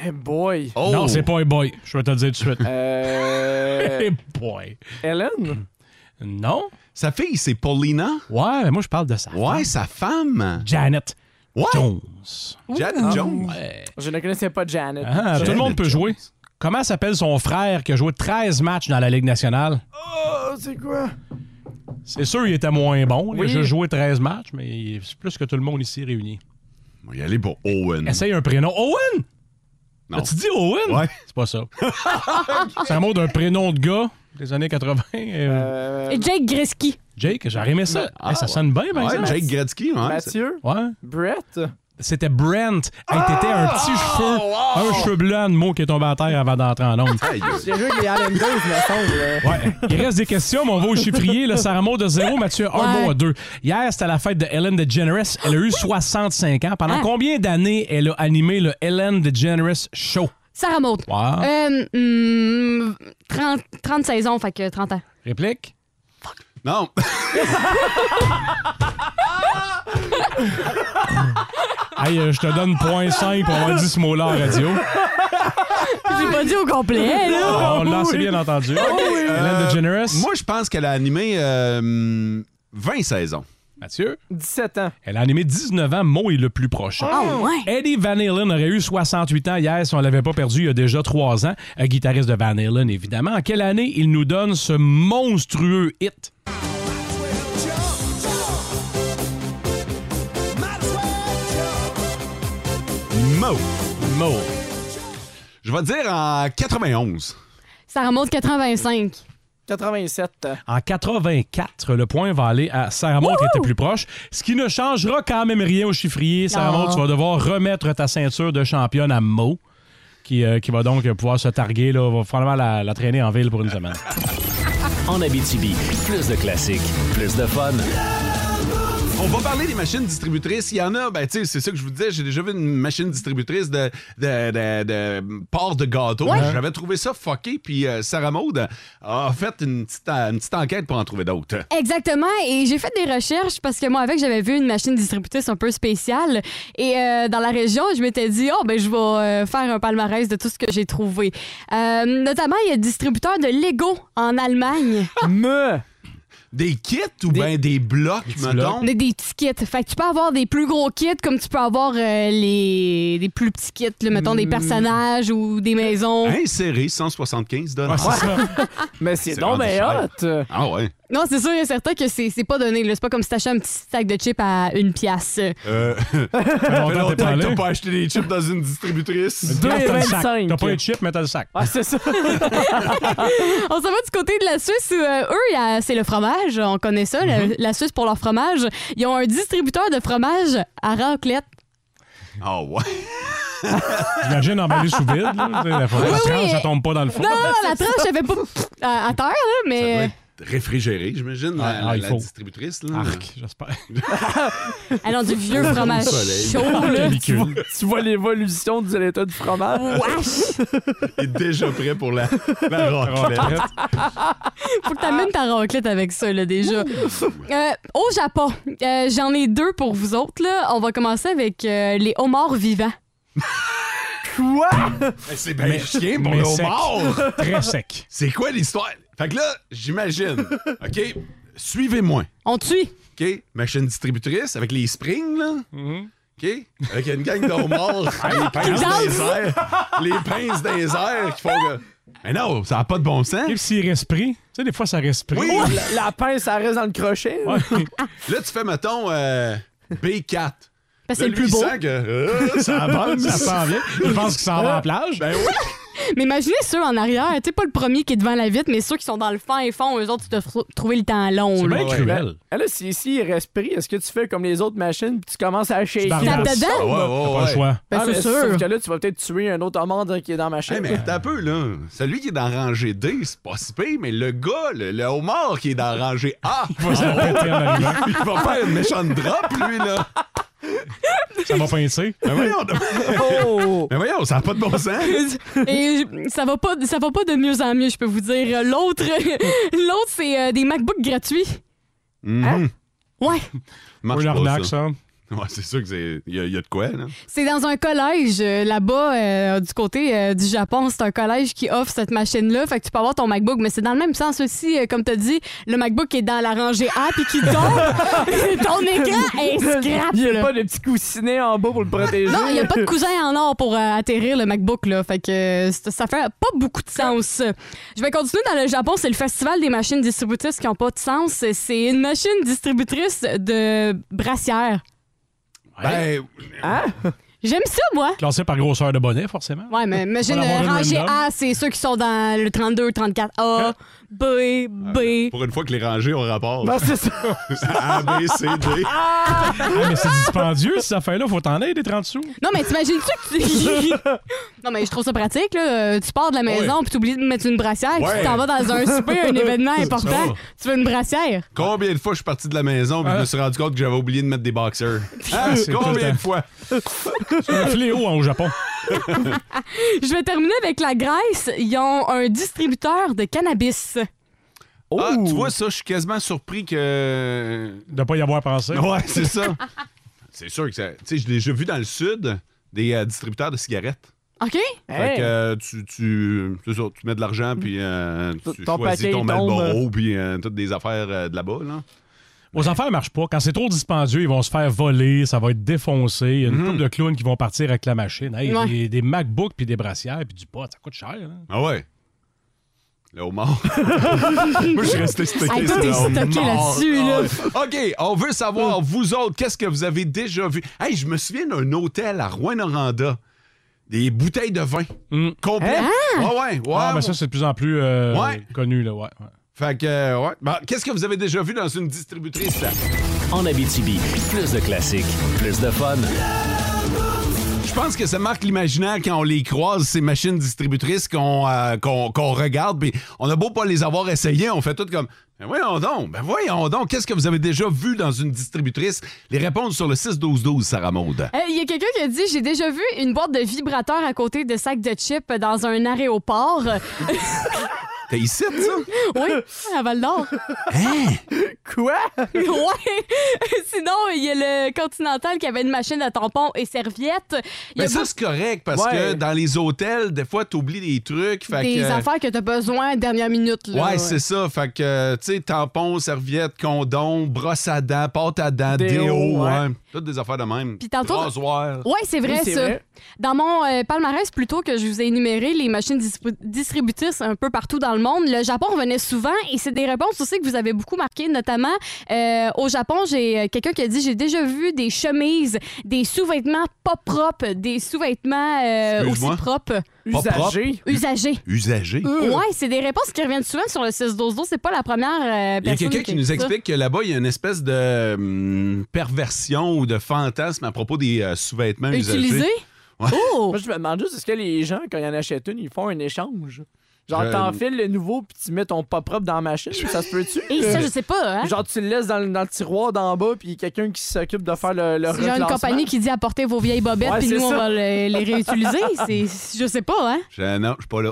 Eh boy. Oh! Non, c'est pas Hey Boy. Je vais te le dire tout de suite. Euh, Hey Boy. Hélène? Non. Sa fille, c'est Paulina? Ouais, mais moi, je parle de sa femme. Ouais, sa femme. Janet Ouais. Jones. Janet Jones. Je ne connaissais pas Janet. Ah, tout le monde peut jouer. Comment s'appelle son frère qui a joué 13 matchs dans la Ligue nationale? Oh, c'est quoi? C'est sûr, il était moins bon. Il a Oui. juste joué 13 matchs, mais il- c'est plus que tout le monde ici réuni. On va y aller pour Owen. Essaye un prénom. Owen! Non. tu dit Owen? Ouais. C'est pas ça. C'est un mot d'un prénom de gars des années 80. euh, Et Jake Gretzky. Jake, j'aurais aimé ça. Ah, Hey, ça sonne bien, par Ouais, exemple. Jake Gretzky, ouais. Mathieu? Ouais. Brett? C'était Brent. Hey, T'étais un petit Ah, cheveu, un cheveu blanc de mot qui est tombé à terre avant d'entrer en onde. Aïe. J'ai joué avec les Islanders, me semble. euh. Ouais. Il reste des questions, mais on va au chiffrier. Là, Sarah Maud de 0, Mathieu un Ouais. mot à 2. Hier, c'était la fête de Ellen DeGeneres. Elle a eu 65 ans. Pendant Ah. combien d'années elle a animé le Ellen DeGeneres Show? Sarah Maud. Wow. Ah. Euh, hmm, 30, 30 saisons, fait que 30 ans. Réplique? Non. Hey, euh, je te donne 0.5 pour avoir dit ce mot-là en radio. J'ai pas dit au complet, là. Ah, On Ah l'a assez bien entendu. Ellen DeGeneres. Euh, Moi, je pense qu'elle a animé euh, hum, 20 saisons. Mathieu. 17 ans. Elle a animé 19 ans. Mo est le plus proche. Ah ouais. Eddie Van Halen aurait eu 68 ans hier si on l'avait pas perdu il y a déjà 3 ans. Un guitariste de Van Halen, évidemment. En quelle année il nous donne ce monstrueux hit? Mo. Mo. Je vais dire en 91. Sarah Maud, 85. 87. En 84, le point va aller à Sarah Maud qui était plus proche. Ce qui ne changera quand même rien au chiffrier. Sarah Non. Maud, tu vas devoir remettre ta ceinture de championne à Mo. Qui, euh, qui va donc pouvoir se targuer, là, va probablement la, la traîner en ville pour une semaine. En Abitibi, plus de classiques, plus de fun. On va parler des machines distributrices. Il y en a, ben, tu sais, c'est ça que je vous disais. J'ai déjà vu une machine distributrice de, de, de, de part de gâteau. J'avais trouvé ça fucké. Puis euh, Sarah Maud a fait une petite, euh, une petite enquête pour en trouver d'autres. Exactement, et j'ai fait des recherches parce que moi, avec, j'avais vu une machine distributrice un peu spéciale. Et euh, dans la région, je m'étais dit, oh, ben, je vais euh, faire un palmarès de tout ce que j'ai trouvé. Euh, notamment, il y a le distributeur de Lego en Allemagne, Mmh, Me! Des kits ou ben des blocs, mettons? des, des petits kits. Fait que tu peux avoir des plus gros kits comme tu peux avoir euh, les, des plus petits kits, là, mettons des personnages ou des maisons. Inséré 175 Ouais, c'est ça. Mais c'est C'est donc rendu mais cher. hot! Ah ouais. Non, c'est sûr et certain que c'est c'est pas donné. là. C'est pas comme si t'achètes un petit sac de chips à une pièce. Euh, longtemps fait que t'es pas longtemps que allé. t'as pas acheté des chips dans une distributrice. Deux et Dans le sac. 25. T'as pas eu de chips, mais t'as le sac. Ah, c'est ça. on s'en va du côté de la Suisse où euh, eux, il y a- c'est le fromage. On connaît ça, le- Mhm. la Suisse pour leur fromage. Ils ont un distributeur de fromage à raclette. Oh, ouais. J'imagine emballé sous vide. Là, Tu sais, la Oui, la oui. tranche, ça tombe Ah, pas dans le fond. Non, non, non, la tranche, elle fait pas pff, à, à terre, là, mais Réfrigéré, j'imagine, la, ah, la- il la faut. distributrice. Là. Arc, j'espère. euh, elle a du vieux fromage Au soleil. chaud. là. tu vois, tu vois l'évolution de l'état du fromage. Wesh! Il est déjà prêt pour la, la raclette. Faut que t'amènes ta raclette avec ça, là, déjà. Euh, au Japon, euh, j'en ai deux pour vous autres, là. On va commencer avec euh, les homards vivants. Quoi? Mais C'est bien Mais- chien pour mais le sec. homard. Très sec. C'est quoi l'histoire? Fait que là, j'imagine. OK, suivez-moi. On tue. OK, machine distributrice avec les springs, là. Mm-hmm. OK? Avec une gang de homards, les pinces dans les airs. Les pinces dans les airs qui font que... Mais non, ça n'a pas de bon sens. Et puis s'il reste pris, tu sais, des fois, ça reste pris. Oui, La, la pince, ça reste dans le crochet. là. Là, tu fais, mettons, euh, B4. Parce Là, que c'est le lui, plus il beau. sent que, euh, ça avance. Ça s'en vient. Je pense qu'il s'en va à la plage. Ben oui. Mais imaginez ceux en arrière, tu sais, pas le premier qui est devant la vitre, mais ceux qui sont dans le fin et fond, eux autres, tu dois tr- trouver le temps long. C'est là. bien cruel. Ah, Là, si ici, il reste pris, est-ce que tu fais comme les autres machines puis tu commences à shaker? Tape dedans? Ah ouais, T'as ouais, ouais. pas le choix. Ben, Ah, mais c'est sûr. Sauf que là, tu vas peut-être tuer un autre amande hein, qui est dans ma Hey, chaîne. mais attends un peu, là. Celui qui est dans rangée D, c'est pas si pire, mais le gars, le, le homard qui est dans rangée A, il va, Ça va péter en arrivant. faire une méchante drop, lui, là. Ça va pincer. Mais voyons, Oh! mais voyons ça n'a pas de bon sens. Et ça va pas, ça va pas de mieux en mieux, je peux vous dire. L'autre, l'autre, c'est euh, des MacBooks gratuits. Mhm. Ouais. Marche Oui, pas, l'arnaque, ça. Ouais, c'est sûr que c'est. Il y, a- il y a de quoi, là? C'est dans un collège euh, là-bas euh, du côté euh, du Japon. C'est un collège qui offre cette machine-là. Fait que tu peux avoir ton MacBook, mais c'est dans le même sens aussi. euh, comme tu dit, le MacBook est dans la rangée A puis qui tombe. ton écran est scrap. Il n'y a là. pas de petit coussinet en bas pour le protéger. Non, il n'y a pas de cousin en or pour euh, atterrir le MacBook, là. Fait que euh, c'est- ça fait pas beaucoup de sens. Je vais continuer dans le Japon. C'est le festival des machines distributrices qui n'ont pas de sens. C'est une machine distributrice de brassières. Ben, J'aime ça, moi. Classé par grosseur de bonnet, forcément. Ouais, mais imagine, On va l'avoir euh, un rangée random. A, c'est ceux qui sont dans le 32, Ah. 34A, B, B. pour une fois que les rangées ont rapport. Non, c'est ça. A, B, C, D. Ah, mais c'est dispendieux, ces affaires-là. Faut t'en aller des 30 sous. Non, mais t'imagines-tu que tu... non, mais je trouve ça pratique, là. Euh, Tu pars de la Ah maison, puis t'oublies de mettre une brassière, puis Ouais. tu t'en vas dans un souper, un événement Ça va. important. Tu veux une brassière? Combien de fois je suis parti de la maison et je me suis rendu compte que j'avais oublié de mettre des boxers? Hein? Ah. c'est tout le Combien de temps. fois? C'est un fléau hein, au Japon. Je vais terminer avec la Grèce. Ils ont un distributeur de cannabis. Oh! Ah, tu vois, ça, je suis quasiment surpris que. De pas y avoir pensé. Ouais, c'est ça. c'est sûr que ça. Tu sais, j'ai déjà vu dans le sud des euh, distributeurs de cigarettes. OK? Hey. Fait que euh, tu, tu, c'est ça, tu mets de l'argent, puis euh, tu Ton choisis paquet ton tombe. Malboro, puis euh, toutes des affaires euh, de là-bas. Là. Aux affaires marchent pas. Quand c'est trop dispendieux, ils vont se faire voler, ça va être défoncé. Il y a Mm-hmm. une couple de clowns qui vont partir avec la machine. Hey, Ouais. des, des MacBooks puis des brassières puis du pot, ça coûte cher. hein. Ah ouais? Le homard. Moi, je suis resté Hey, toi, stocké sur t'es le stocké homard. là-dessus, là. Ah ouais. OK, on veut savoir, vous autres, qu'est-ce que vous avez déjà vu? Hey, je me souviens d'un hôtel à Rouen-Noranda. Des bouteilles de vin. Mm. Complet. Hein? Ouais, ouais, ouais. Ah, mais ça, c'est de plus en plus euh, Ouais. connu. Là, ouais, ouais. Fait que, euh, ouais. Bon, qu'est-ce que vous avez déjà vu dans une distributrice? là? En Abitibi, plus de classiques, plus de fun. Je pense que ça marque l'imaginaire quand on les croise, ces machines distributrices qu'on euh, qu'on- qu'on regarde. Puis on a beau pas les avoir essayées, on fait tout comme Ben voyons donc, ben voyons donc, qu'est-ce que vous avez déjà vu dans une distributrice? Les réponses sur le 6-12-12, Sarah Maud. Euh, Il y a quelqu'un qui a dit J'ai déjà vu une boîte de vibrateurs à côté de sacs de chips dans un aéroport. T'es ici, ça? Hein? oui, à Val d'Or. Quoi? ouais. Sinon, il y a le Continental qui avait une machine à tampons et serviettes. Il y a Mais Ben ça, beaucoup c'est correct parce que Ouais. dans les hôtels, des fois, t'oublies des trucs. Fait des que, affaires que t'as besoin dernière minute. Ouais, Là, c'est ça. Fait que, euh, tu sais, tampons, serviettes, condom, brosse à dents, pâte à dents, déo, Déo, ouais. ouais. Toutes des affaires de même. Puis tantôt- Rasoir. Ouais, c'est vrai ça. Dans mon euh, palmarès, plutôt que je vous ai énuméré les machines distribu- distributrices un peu partout dans le monde, le Japon revenait souvent et c'est des réponses aussi que vous avez beaucoup marquées, notamment euh, au Japon, j'ai euh, quelqu'un qui a dit j'ai déjà vu des chemises, des sous-vêtements pas propres, des sous-vêtements euh, aussi Excuse-moi. propres. Pas propre. Usagés. Euh. Usagés. Ouais, c'est des réponses qui reviennent souvent sur le 6-12-12. C'est pas la première euh, Il y a personne quelqu'un qui a nous dit ça. explique que là-bas, il y a une espèce de hum, perversion ou de fantasme à propos des euh, sous-vêtements usagés. Ouais. Oh! Moi, je me demande juste, est-ce que les gens, quand ils en achètent une, ils font un échange? Genre, Je- t'enfiles le nouveau, puis tu mets ton pas propre dans la machine, ça se peut-tu? Et ça, je sais pas. Hein? Genre, tu le laisses dans le, dans le tiroir d'en bas, puis il y a quelqu'un qui s'occupe de faire le, le C'est genre une reclassement. compagnie qui dit apportez vos vieilles bobettes, Ouais, puis c'est nous, on ça. va le- les réutiliser. C'est- Je sais pas, hein? Je- non, je suis pas là.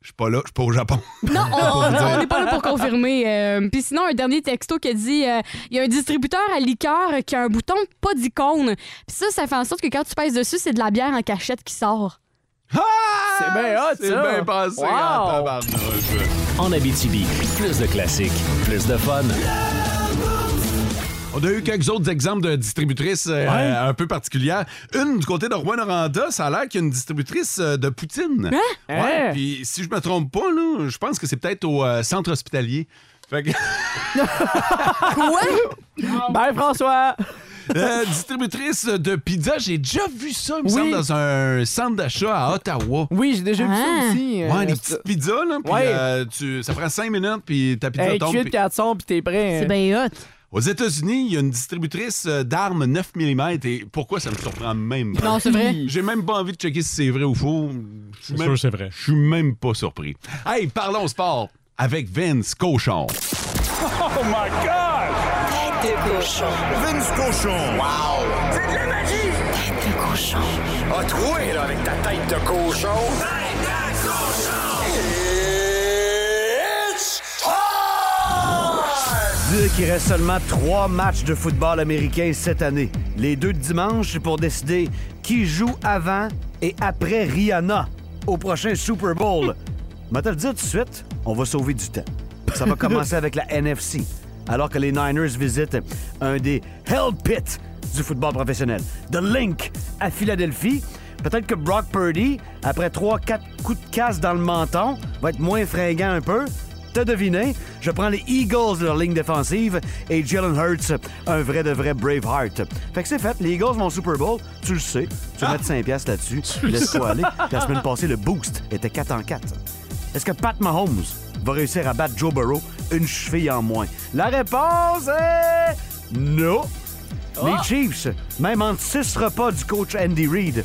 Je suis pas là, je suis pas au Japon. Non, on- Pour dire. on n'est pas là pour confirmer. euh, Puis sinon, un dernier texto qui dit euh, il y a un distributeur à liqueur qui a un bouton pas d'icône. Puis ça, ça fait en sorte que quand tu pèses dessus, c'est de la bière en cachette qui sort. C'est bien hot, C'est ça. bien passé, Wow. en tabarnouche. En Abitibi, plus de classiques, plus de fun. On a eu quelques autres exemples de distributrices euh, Ouais. un peu particulières. Une du côté de Rouen-Noranda, ça a l'air qu'il y a une distributrice euh, de poutine. Hein? Ouais, Hein? puis si je me trompe pas, là, je pense que c'est peut-être au euh, centre hospitalier. Fait que... Quoi? ben, François! Euh, distributrice de pizza, j'ai déjà vu ça, il me Oui. semble, dans un centre d'achat à Ottawa. Oui, j'ai déjà vu ça Ah. aussi, euh, ouais, des ça. petites pizzas, là. puis, Ouais. euh, tu- ça prend cinq minutes, puis ta pizza Hey, tombe. cuit, puis- puis elle te sort, puis t'es prêt. hein. bien hot. Aux États-Unis, il y a une distributrice euh, d'armes 9 mm et pourquoi ça me surprend même pas? Non, c'est vrai. J'ai même pas envie de checker si c'est vrai ou faux. Je suis C'est même- sûr, c'est vrai. Je suis même pas surpris. Hey, parlons sport avec Vince Cochon. Oh my God! Tête de cochon. Vince cochon. Wow! C'est de la magie! Tête de cochon. A troué, là, avec ta tête de cochon. Tête de cochon! It's Dire qu'il reste seulement trois matchs de football américain cette année. Les deux de dimanche c'est pour décider qui joue avant et après Rihanna au prochain Super Bowl. Mais te le dire tout de suite, on va sauver du temps. Ça va commencer avec la NFC, alors que les Niners visitent un des Hell Pits du football professionnel, The Link, à Philadelphie. Peut-être que Brock Purdy, après 3-4 coups de casse dans le menton, va être moins fringant un peu. T'as deviné, je prends les Eagles de leur ligne défensive et Jalen Hurts, un vrai de vrai Braveheart. Fait que c'est fait, les Eagles vont au Super Bowl, tu le sais. Tu vas mettre 5 piastres là-dessus, Ah! le laisse-toi sais. aller. La semaine passée, le boost était 4 en 4. Est-ce que Pat Mahomes va réussir à battre Joe Burrow une cheville en moins? La réponse est non. Les Chiefs, même en six repas du coach Andy Reid,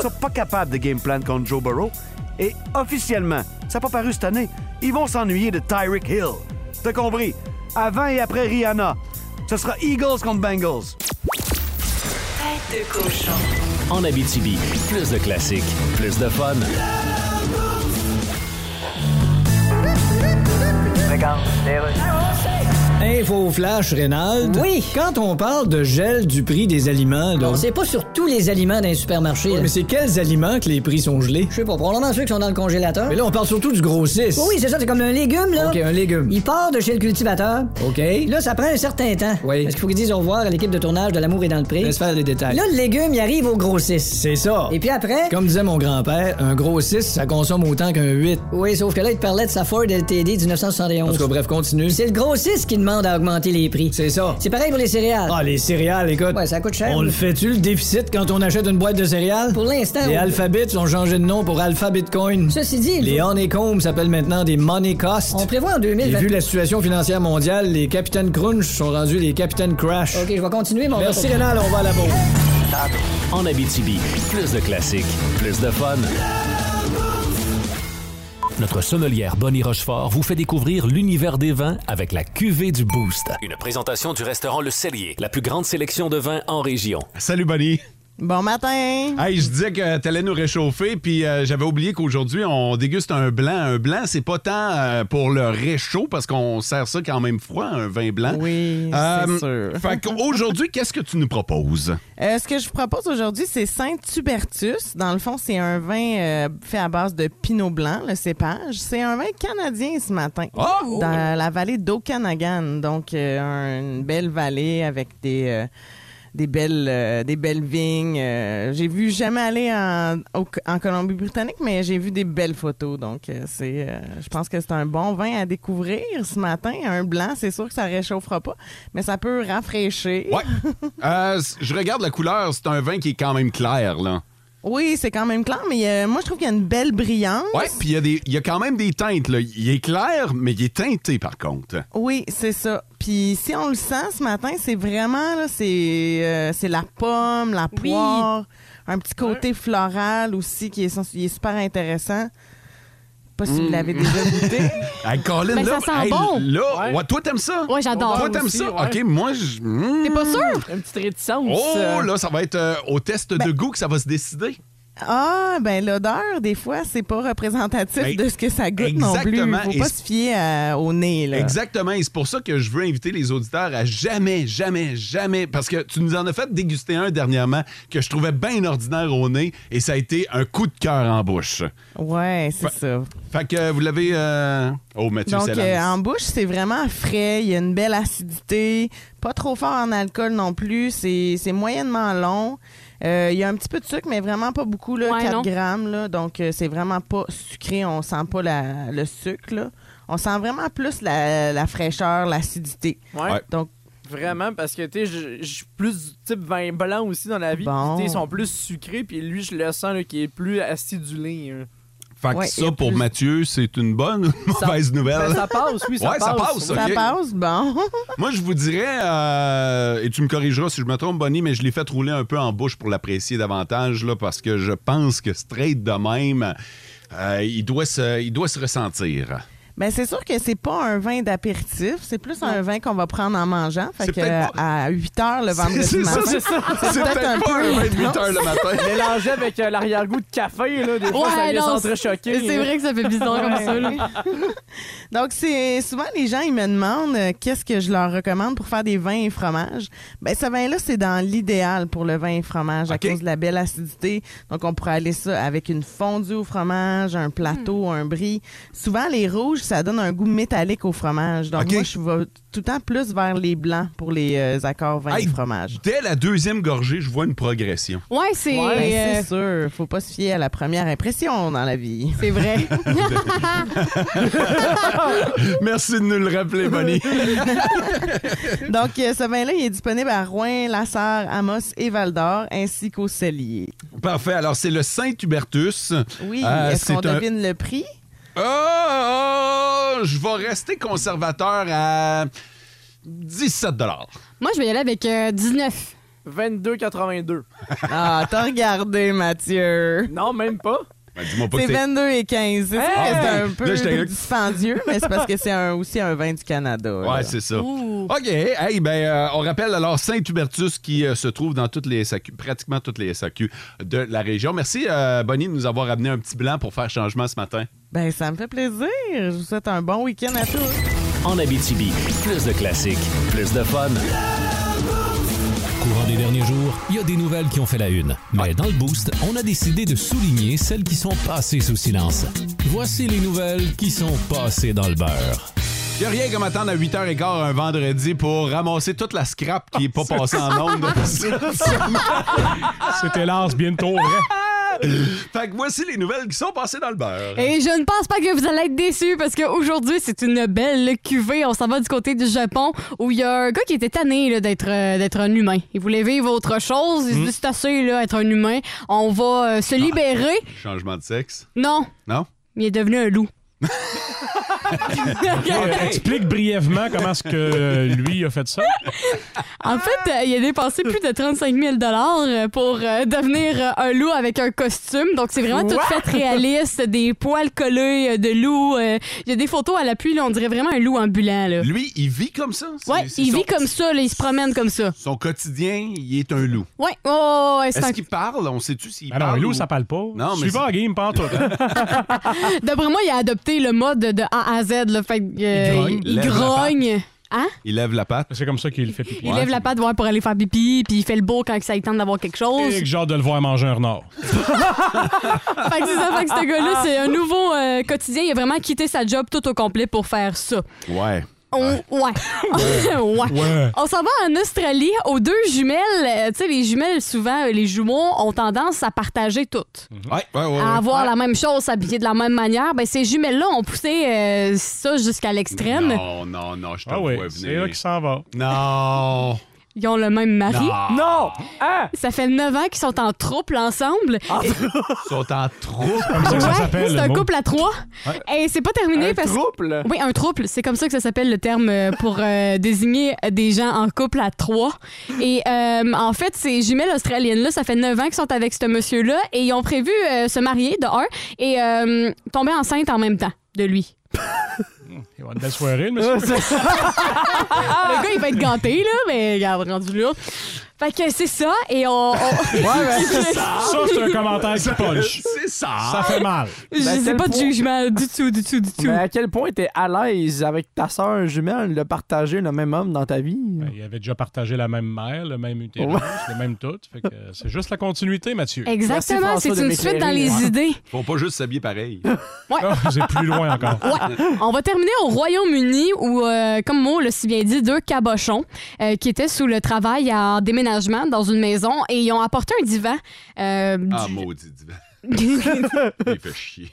sont pas capables de game plan contre Joe Burrow. Et officiellement, ça n'a pas paru cette année, ils vont s'ennuyer de Tyreek Hill. T'as compris? Avant et après Rihanna, ce sera Eagles contre Bengals. Tête de cochon. En Abitibi, plus de classiques, plus de fun. Info flash, Reynald. Oui. Quand on parle de gel du prix des aliments, là. Ah, C'est pas sur tous les aliments d'un supermarché. là. Mais c'est quels aliments que les prix sont gelés? Je sais pas, probablement ceux qui sont dans le congélateur. Mais là, on parle surtout du gros 6. Oui, c'est ça, c'est comme un légume, là. OK, un légume. Il part de chez le cultivateur. OK. Là, ça prend un certain temps. Oui. Parce qu'il faut qu'ils disent au revoir à l'équipe de tournage de L'amour et dans le prix. Laisse faire les détails. Là, le légume, il arrive au gros 6. C'est ça. Et puis après. Comme disait mon grand-père, un gros 6, ça consomme autant qu'un 8. Oui, sauf que là, il te parlait de sa Ford LTD du 1971. En tout cas, bref, continue. C'est le gros 6 qui demande à augmenter les prix. C'est ça. C'est pareil pour les céréales. Ah, les céréales, écoute. Ouais, ça coûte cher. On le fait-tu, le déficit, quand on achète une boîte de céréales? Pour l'instant, Les oui. Alphabets ont changé de nom pour Alpha Bitcoin. Ceci dit, il les faut- Honeycomb s'appellent maintenant des Money Cost. On prévoit en Et 2020. vu la situation financière mondiale, les Capitaines Crunch sont rendus les Capitaines Crash. OK, je vais continuer, mon Merci, Rénal, on va à la pause. En Abitibi, plus de classiques, plus de fun. Notre sommelière Bonnie Rochefort vous fait découvrir l'univers des vins avec la cuvée du Boost. Une présentation du restaurant Le Cellier, la plus grande sélection de vins en région. Salut, Bonnie. Bon matin. Hey, je disais que t'allais nous réchauffer, puis euh, j'avais oublié qu'aujourd'hui, on déguste un blanc. Un blanc, c'est pas tant euh, pour le réchaud, parce qu'on sert ça quand même froid, un vin blanc. Oui, c'est sûr. Fait qu'aujourd'hui, qu'est-ce que tu nous proposes? Euh, ce que je vous propose aujourd'hui, c'est Saint-Hubertus. Dans le fond, c'est un vin euh, fait à base de pinot blanc, le cépage. C'est un vin canadien ce matin, Oh! dans la vallée d'Okanagan. Donc, euh, une belle vallée avec des... euh, des belles, euh, des belles vignes. Euh, j'ai vu jamais aller en, au- en Colombie-Britannique, mais j'ai vu des belles photos. Donc, euh, c'est, euh, je pense que c'est un bon vin à découvrir ce matin. Un blanc, c'est sûr que ça réchauffera pas, mais ça peut rafraîchir. Euh, c- je regarde la couleur, c'est un vin qui est quand même clair, là. Oui, c'est quand même clair, mais euh, moi, je trouve qu'il y a une belle brillance. Ouais, puis il y a des- il y, a quand même des teintes, là. Il est clair, mais il est teinté, par contre. Oui, c'est ça. Puis si on le sent ce matin, c'est vraiment, là, c'est euh, c'est la pomme, la poire, un petit côté floral aussi qui est, sens- il est super intéressant. Pas si vous Mm. l'avez déjà goûté. Hey, Colin, Mais là, ça sent hey, bon. là, ouais, toi, t'aimes ça? Ouais, j'adore. Toi, t'aimes Aussi, ça? ouais. OK, moi, je... hmm. Mm. Une petite réticence. Oh, euh. là, ça va être euh, au test de goût que ça va se décider. Ah, ben l'odeur, des fois, c'est pas représentatif Ben, de ce que ça goûte non plus. exactement. Faut Et pas c'est- se fier à- au nez, là. Exactement, et c'est pour ça que je veux inviter les auditeurs à jamais, jamais, jamais, parce que tu nous en as fait déguster un dernièrement que je trouvais bien ordinaire au nez, et ça a été un coup de cœur en bouche. Ouais, c'est ça. Fait que vous l'avez... euh, Oh, Mathieu, Donc, c'est euh, la- en bouche, c'est vraiment frais. Il y a une belle acidité. Pas trop fort en alcool non plus. C'est c'est moyennement long. Euh, il y a un petit peu de sucre, mais vraiment pas beaucoup, là, Ouais, 4 non. grammes. Là, donc, euh, c'est vraiment pas sucré. On sent pas la- le sucre. là. On sent vraiment plus la, la fraîcheur, l'acidité. Ouais. Ouais. Donc, Vraiment, parce que, tu sais, je- je suis plus du type vin blanc aussi dans la vie. Bon. Puis, tu sais, Ils sont plus sucrés, puis lui, je le sens qui est plus acidulé. hein. Fait que Ouais, et ça, pour plus- Mathieu, c'est une bonne ou une mauvaise nouvelle? Ben, ça passe, oui, ça Ouais, Oh, ça passe. Ça ok. passe, bon. Moi, je vous dirais, euh, et tu me corrigeras si je me trompe, Bonnie, mais je l'ai fait rouler un peu en bouche pour l'apprécier davantage, là, parce que je pense que straight de même, euh, il, doit se, il doit se ressentir. Ben, c'est sûr que c'est pas un vin d'apéritif, c'est plus un vin qu'on va prendre en mangeant. Fait C'est que peut-être euh, à 8 h le vendredi c'est ça, matin. c'est ça. C'est peut-être un pas peu un vin de intense. 8 heures le matin. Mélangé avec euh, l'arrière-goût de café, là, des fois, ça vient s'entrechoquer. c'est- là. Ouais. Donc, c'est souvent les gens, ils me demandent euh, qu'est-ce que je leur recommande pour faire des vins et fromages. Ben, ce vin-là, c'est dans l'idéal pour le vin et fromage OK. à cause de la belle acidité. Donc, on pourrait aller ça avec une fondue au fromage, un plateau, un brie. Souvent, les rouges, ça donne un goût métallique au fromage. Donc, moi, je vais tout le temps plus vers les blancs pour les euh, accords vin et fromage. Dès la deuxième gorgée, je vois une progression. Ouais, c'est- euh, c'est sûr. Faut pas se fier à la première impression dans la vie. C'est vrai. Merci de nous le rappeler, Bonnie. Donc, euh, ce vin-là, il est disponible à Rouen, Lassar, Amos et Val-d'Or, ainsi qu'au Cellier. Parfait. Alors, c'est le Saint-Hubertus. Oui, Euh, est-ce qu'on c'est un- devine le prix? Oh, je vais rester conservateur à 17 Moi, je vais y aller avec euh, 19. 22,82. Ah, t'as regardé, Mathieu. Non, même Ben, pas. dis-moi C'est 22 et 15. C'est sûr Hey! que c'est Là, un j'étais peu là- dispendieux, mais c'est parce que c'est un- aussi un vin du Canada. Ouais, là. c'est ça. OK. Hey, ben, euh, on rappelle alors Saint-Hubertus qui euh, se trouve dans toutes les SAQ, pratiquement toutes les SAQ de la région. Merci, euh, Bonnie, de nous avoir amené un petit blanc pour faire changement ce matin. Ben, ça me fait plaisir. Je vous souhaite un bon week-end à tous. En Abitibi, plus de classiques, plus de fun. Courant des derniers jours, il y a des nouvelles qui ont fait la une. Mais dans le Boost, on a décidé de souligner celles qui sont passées sous silence. Voici les nouvelles qui sont passées dans le beurre. Il n'y a rien comme attendre à 8h15 un vendredi pour ramasser toute la scrap qui est Ah, pas passée en ondes. C'était l'as bientôt, Fait que voici les nouvelles qui sont passées dans le beurre. Et je ne pense pas que vous allez être déçus parce qu'aujourd'hui, c'est une belle cuvée. On s'en va du côté du Japon où il y a un gars qui était tanné là, d'être euh, d'être un humain. Il voulait vivre autre chose. Il se Mm. dit, c'est assez, là, être un humain. On va euh, se libérer. Changement de sexe? Non, Non? il est devenu un loup. Ok, Explique brièvement comment est-ce que euh, lui a fait ça. Ah! En fait, euh, il a dépensé plus de 35 000 euh, pour euh, devenir euh, un loup avec un costume. Donc, c'est vraiment tout Quoi? fait réaliste, des poils collés euh, de loup. euh, Il y a des photos à l'appui, là, on dirait vraiment un loup ambulant. Là. Lui, il vit comme ça? C'est- ouais, c'est il son- vit comme ça, là, il se promène comme ça. Son quotidien, il est un loup. Ouais, oh, ouais, c'est Est-ce un... qu'il parle? On sait-tu s'il Ben non, parle? un loup, Ah, ou- ça parle pas. Non, mais Suivant la game, pas en tout. hein. D'après moi, il a adopté le mode de A à Z. Là, fait, que, euh, Il grogne. il Lève la grogne. Hein? Il lève la patte. C'est comme ça qu'il fait pipi. Il lève la patte ouais, pour aller faire pipi, puis il fait le beau quand ça lui tente d'avoir quelque chose. Et que j'ai hâte de le voir manger un renard. fait que c'est ça, fait que ce gars-là, c'est un nouveau euh, quotidien. Il a vraiment quitté sa job tout au complet pour faire ça. Ouais. On- ouais. Ouais. Ouais. On s'en va en Australie aux deux jumelles. Euh, tu sais, les jumelles, souvent, euh, les jumeaux ont tendance à partager toutes. Ouais, ouais, ouais. À ouais. avoir Ouais. la même chose, s'habiller de la même manière. Ben, ces jumelles-là ont poussé euh, ça jusqu'à l'extrême. Non, non, non, je t'en oui, vois venir. Ah c'est là qu'il s'en va. Non. Ils ont le même mari. Non. Ça fait 9 ans qu'ils sont en trouble ensemble. Ah, Et- Ils sont en trop. Ouais, c'est un couple à trois. Et c'est pas terminé Un parce que. trouble? Oui, un trouble. C'est comme ça que ça s'appelle le terme euh, pour euh, désigner des gens en couple à trois. Et euh, en fait, ces jumelles australiennes-là, ça fait neuf ans qu'ils sont avec ce monsieur-là et ils ont prévu euh, se marier de un et euh, tomber enceinte en même temps de lui. Il va avoir une belle soirée, le monsieur. le gars, il va être ganté, là, mais regarde, rendu là. Fait que c'est ça et on. on- ben, Ça, c'est un commentaire qui punch. C'est ça. Ça fait mal. Je Ben, sais quel pas de point- jugement du tout, du tout, du tout. Mais à quel point t'es à l'aise avec ta sœur jumelle de partager le même homme dans ta vie? Il avait déjà partagé la même mère, le même utérus, Ouais. le même tout. Fait que euh, c'est juste la continuité, Mathieu. Exactement, Merci, François, c'est de une m'éclairer. suite dans les Ouais. idées. Ils vont pas juste s'habiller pareil. Ouais. C'est Ah, plus loin encore. Ouais. On va terminer au Royaume-Uni où, euh, comme Mo l'a si bien dit, deux cabochons euh, qui étaient sous le travail en déménagement dans une maison et ils ont apporté un divan. euh, du- Ah, maudit divan. Il fait chier.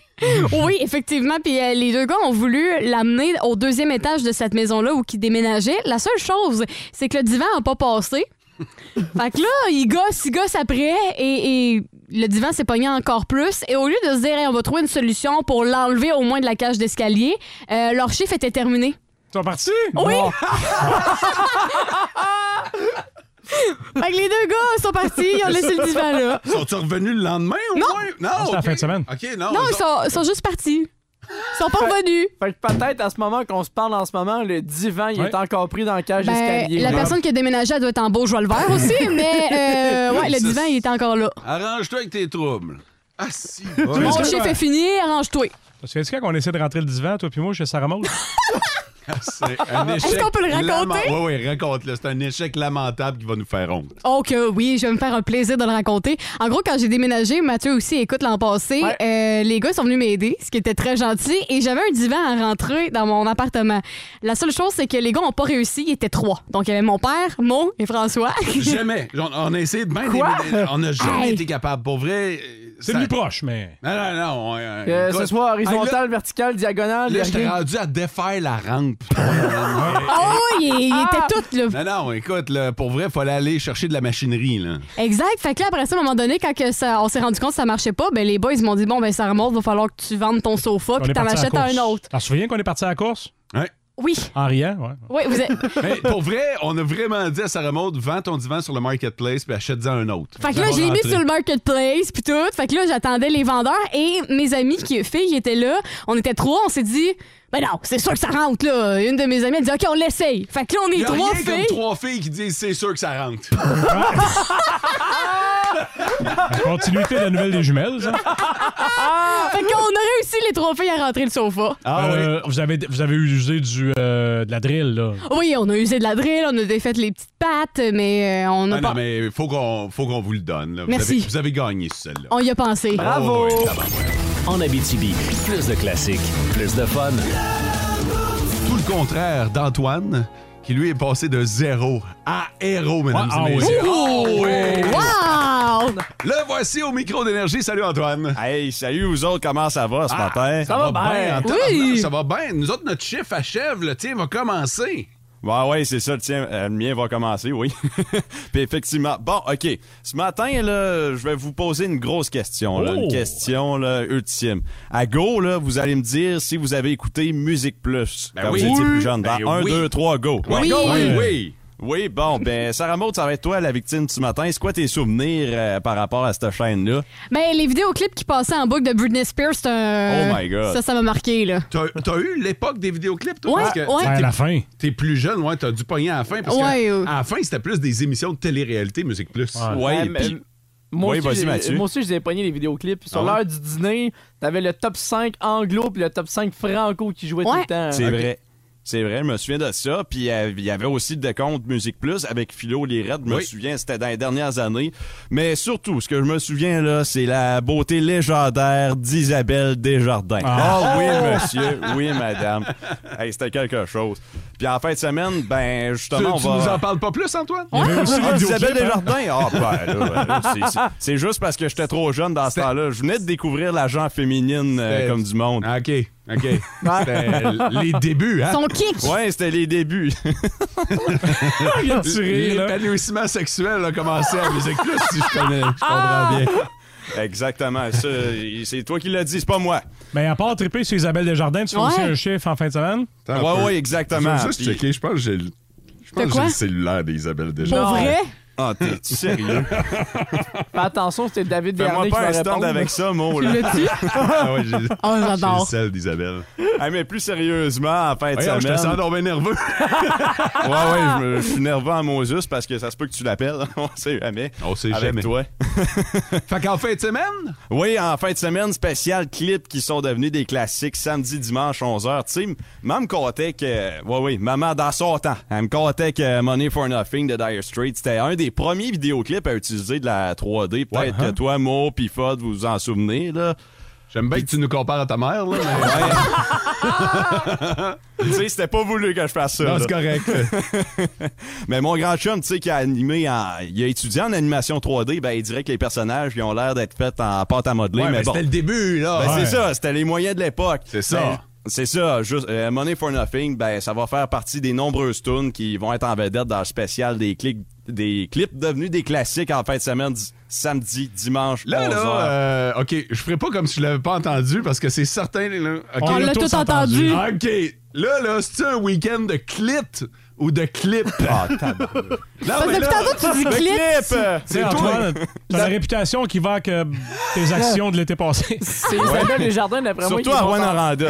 oui, effectivement. Puis euh, les deux gars ont voulu l'amener au deuxième étage de cette maison-là où ils déménageaient. La seule chose, c'est que le divan n'a pas passé. Fait que là, ils gossent, ils gossent après et, et le divan s'est pogné encore plus. Et au lieu de se dire, Hey, on va trouver une solution pour l'enlever au moins de la cage d'escalier, euh, leur chiffre était terminé. Ils sont partis? Oui! fait que les deux gars sont partis, Ah, ils ont laissé le divan là. Sont-ils revenus le lendemain au Non. moins? Non, Ah, c'est la ok. fin de semaine. OK, non. Non, ils sont, ils sont juste partis. Ils sont pas revenus. Fait que peut-être à ce moment qu'on se parle en ce moment, le divan, il Ouais. est encore pris dans le cage Ben, d'escalier. la personne qui a déménagé, elle doit être en beau joie le vert aussi, mais euh, ouais, le Ça, divan, il était encore là. Arrange-toi avec tes troubles. Ah, si. Mon chiffre est fini, arrange-toi. Parce que c'est quand on essaie de rentrer le divan, toi puis moi, chez Sarah Maud. C'est un Est-ce échec qu'on peut le raconter? Oui, oui, raconte-le. C'est un échec lamentable qui va nous faire honte. Oh que oui, je vais me faire un plaisir de le raconter. En gros, quand j'ai déménagé, Mathieu aussi, écoute, l'an passé, euh, les gars sont venus m'aider, ce qui était très gentil, et j'avais un divan à rentrer dans mon appartement. La seule chose, c'est que les gars n'ont pas réussi, ils étaient trois. Donc, il y avait mon père, Mo et François. Jamais. On, on a essayé de bien déménager. On n'a jamais Hey. été capable. Pour vrai. C'est venu proche, mais. Non, non, non. on- Que écoute. Euh, ce soit Hey, là- horizontal, vertical, Ah, Là, diagonal, il je y a t'ai rien. rendu à défaire la rampe. oh, il, il ah. était tout, là. Non, non, écoute, là, pour vrai, fallait aller chercher de la machinerie. Là. Exact. Fait que là, après ça, à un moment donné, quand que ça, on s'est rendu compte que ça marchait pas, ben les boys m'ont dit Bon, ben ça remonte, va falloir que tu vendes ton sofa, On est puis t'en parti à la achètes un course. autre. T'en souviens qu'on est parti à la course? Ouais. Oui. En riant, ouais. Oui, vous êtes. Mais pour vrai, on a vraiment dit à Sarah Maud, vends ton divan sur le marketplace puis achète-en un autre. Fait que là, Ça je l'ai va mis rentrer. sur le marketplace, puis tout. Fait que là, j'attendais les vendeurs et mes amis qui, filles, étaient là. On était trois, on s'est dit, ben non, c'est sûr que ça rentre, là. Une de mes amies, elle dit, OK, on l'essaye. Fait que là, on Il y est a trois rien comme filles. trois filles qui disent c'est sûr que ça rentre. La continuité de la nouvelle des jumelles, ça. Ah! Fait qu'on a réussi, les trois filles, à rentrer le sofa. Ah Euh, vous, avez, vous avez usé du, euh, de la drill, là. Oui, on a usé de la drill, on a défait les petites pattes, mais euh, on a Ah pas. non, mais faut qu'on faut qu'on vous le donne. là. Vous Merci. avez- Vous avez, gagné celle-là. On y a pensé. Oh, oui. En Abitibi, plus de classiques, plus de fun. Tout le contraire d'Antoine, qui lui est passé de zéro à héros, mesdames Ah, et oui. messieurs. Oh, Ah, oui. Wow! Le voici au micro d'énergie. Salut Antoine. Ah, Hey, salut vous autres, comment ça va ce matin? Ça va bien, Antoine. Oui. Ça va bien. Nous autres, notre chiffre achève. Le tien va commencer. Ben ouais, c'est ça, tiens, euh, le mien va commencer, oui. Puis effectivement, bon, OK. Ce matin, là, je vais vous poser une grosse question, là, Oh! une question là, ultime. À go, là, vous allez me dire si vous avez écouté Musique Plus Ben quand oui. vous étiez Oui. plus jeune. Dans Ben 1, oui. 2, 3, go. Oui. Ouais. Go, oui, Ouais. oui. Oui, bon, ben, Sarah Maud, ça va être toi la victime ce matin. C'est quoi tes souvenirs euh, par rapport à cette chaîne-là? Mais Ben, les vidéoclips qui passaient en boucle de Britney Spears, c'est un. Oh my God. Ça, ça m'a marqué, là. T'as t'as eu l'époque des vidéoclips, toi? Ouais, parce que ouais. t'sais, Ouais, à t'es- la fin. T'es plus jeune, ouais, t'as dû pogner à la fin. Parce Ouais, que ouais. à la fin, c'était plus des émissions de télé-réalité, Musique Plus. Ouais, mais- Moi, aussi, j'ai- moi aussi, je les ai pognés, les vidéoclips. Sur Ah ouais? l'heure du dîner, t'avais le top 5 anglo puis le top 5 franco qui jouait tout le temps. C'est vrai. C'est vrai, je me souviens de ça. Puis il y avait- il y avait aussi le décompte Musique Plus avec Philo Lirette, je me Oui. souviens, c'était dans les dernières années. Mais surtout, ce que je me souviens, là, c'est la beauté légendaire d'Isabelle Desjardins. Ah. Ah oui, Oh! monsieur, oui, madame. Hey, c'était quelque chose. Puis en fin de semaine, ben, Tu, justement, tu on va... nous en parles pas plus, Antoine? Ah, Isabelle Desjardins. Ah, ben, là, euh, c'est- c'est- c'est juste parce que j'étais trop jeune dans ce temps-là. Je venais de découvrir l'agent féminine euh, C'était- Ah, comme du monde. OK, OK. C'était les débuts, hein? Son kick. Ouais, c'était les débuts. Il a tiré, là. L'épanouissement sexuel a commencé à Musique Plus, si je, connais, je Ah! Ah! comprends bien. Exactement. Ça, c'est toi qui l'as dit, c'est pas moi. Mais à part triper sur Isabelle Desjardins, tu fais Ouais. aussi un chiffre en fin de semaine? Ah, ouais, ouais, exactement. Je vais juste Puis- checker. Je pense que j'ai le, je pense T'as que j'ai quoi? le cellulaire d'Isabelle déjà. Pour vrai? Ah, t'es sérieux? Fais attention, c'était David Fais-moi Vernet qui pas va un stand répondre. avec ça, Mo. Tu là. l'as-tu? Ah ouais, j'ai- Oh, j'ai j'adore. le sel d'Isabelle. Ah, mais plus sérieusement, en fin de Voyons, semaine. je te sens donc bien nerveux. ouais, ouais, je me- je suis nerveux en Moses parce que ça se peut que tu l'appelles. On sait jamais. On sait jamais. Toi. Fait qu'en fin de semaine? Oui, en fin de semaine, spécial clips qui sont devenus des classiques samedi, dimanche, 11h. Tu sais, maman me contait que. Oui, oui, maman dans son temps. Elle me contait que Money for Nothing de Dire Straits, c'était un des premiers vidéoclips à utiliser de la 3D. Peut-être Ouais, hein? que toi, Mo, puis Fod, vous vous en souvenez, là. J'aime bien que tu nous compares à ta mère, là. tu sais, c'était pas voulu que je fasse ça. Non, là. c'est correct. mais mon grand chum, tu sais, qui a animé, en- il a étudié en animation 3D, ben, il dirait que les personnages, ils ont l'air d'être faits en pâte à modeler. Ouais, mais mais bon. c'était le début, là. Ben, Ouais. C'est ça, c'était les moyens de l'époque. C'est ça. Ben, c'est ça, juste euh, Money for Nothing, ben ça va faire partie des nombreuses tunes qui vont être en vedette dans le spécial des clics des clips devenus des classiques en fin de semaine di- samedi, dimanche, Là, 11 là, heures. euh, OK, je ferai pas comme si je l'avais pas entendu parce que c'est certain. Là, OK. On l'a tous entendu. Ah, OK. Là, là, c'est-tu un week-end de clit ou de clip? Ah, Parce que tantôt, tu dis clip. C'est C'est Antoine, toi. t'as la réputation qui va que tes actions de l'été passé. C'est Isabelle Desjardins, d'après moi. qui est Juan contente.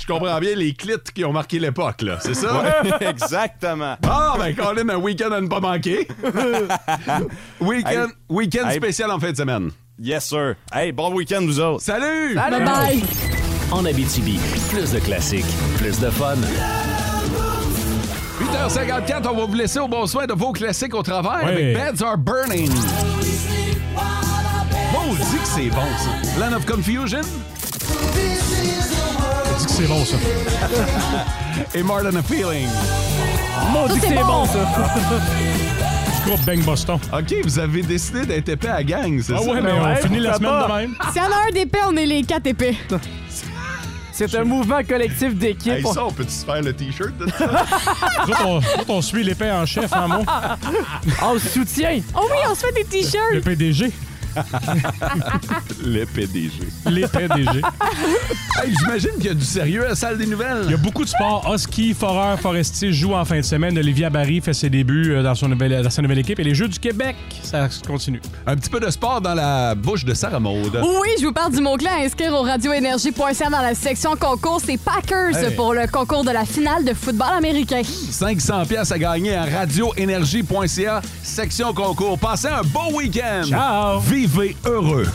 Je comprends bien les clits qui ont marqué l'époque, là. C'est ça? Ouais, exactement. Ah, ben, Colin, un week-end à ne pas manquer. week-end Hey. week-end Hey. spécial en fin de semaine. Yes sir. Hey, bon week-end vous autres. Salut. Salut. Bye-bye. En Abitibi, plus de classiques, plus de fun. 8h54, on va vous laisser au bon soin de vos classiques au travail Ouais. avec Beds Are Burning. Bon, dit que c'est bon, ça. Land of Confusion. dit que c'est bon, ça. Et More Than a Feeling. Maudit Ça, que c'est c'est bon, bon. ça. Groupe Bang Boston. OK, vous avez décidé d'être épais à gang, c'est Ah ça? Ben ouais, mais on finit la semaine de même. Si on a un d'épée, on est les quatre épées. C'est un mouvement collectif d'équipe. Hey, ça, on peut-tu se faire le T-shirt de ça? Nous autres, on, nous autres, on suit l'épée en chef, hein, en mot. On se soutient. Oh oui, on se fait des Le t-shirts. PDG. Le PDG. Les PDG. Hey, J'imagine qu'il y a du sérieux à la salle des nouvelles. Il y a beaucoup de sports. Husky, Foreur, Forestier joue en fin de semaine. Olivia Barry fait ses débuts euh, dans, son nouvelle, dans sa nouvelle équipe. Et les Jeux du Québec, ça se continue. Un petit peu de sport dans la bouche de Sarah Maud. Oui, je vous parle du mot-clé à inscrire au radioénergie.ca dans la section concours. C'est Packers Hey. pour le concours de la finale de football américain. 500 pièces à gagner à radioénergie.ca, section concours. Passez un beau week-end. Ciao. Vivez heureux.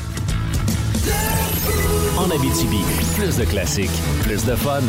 En Abitibi, plus de classiques, plus de fun.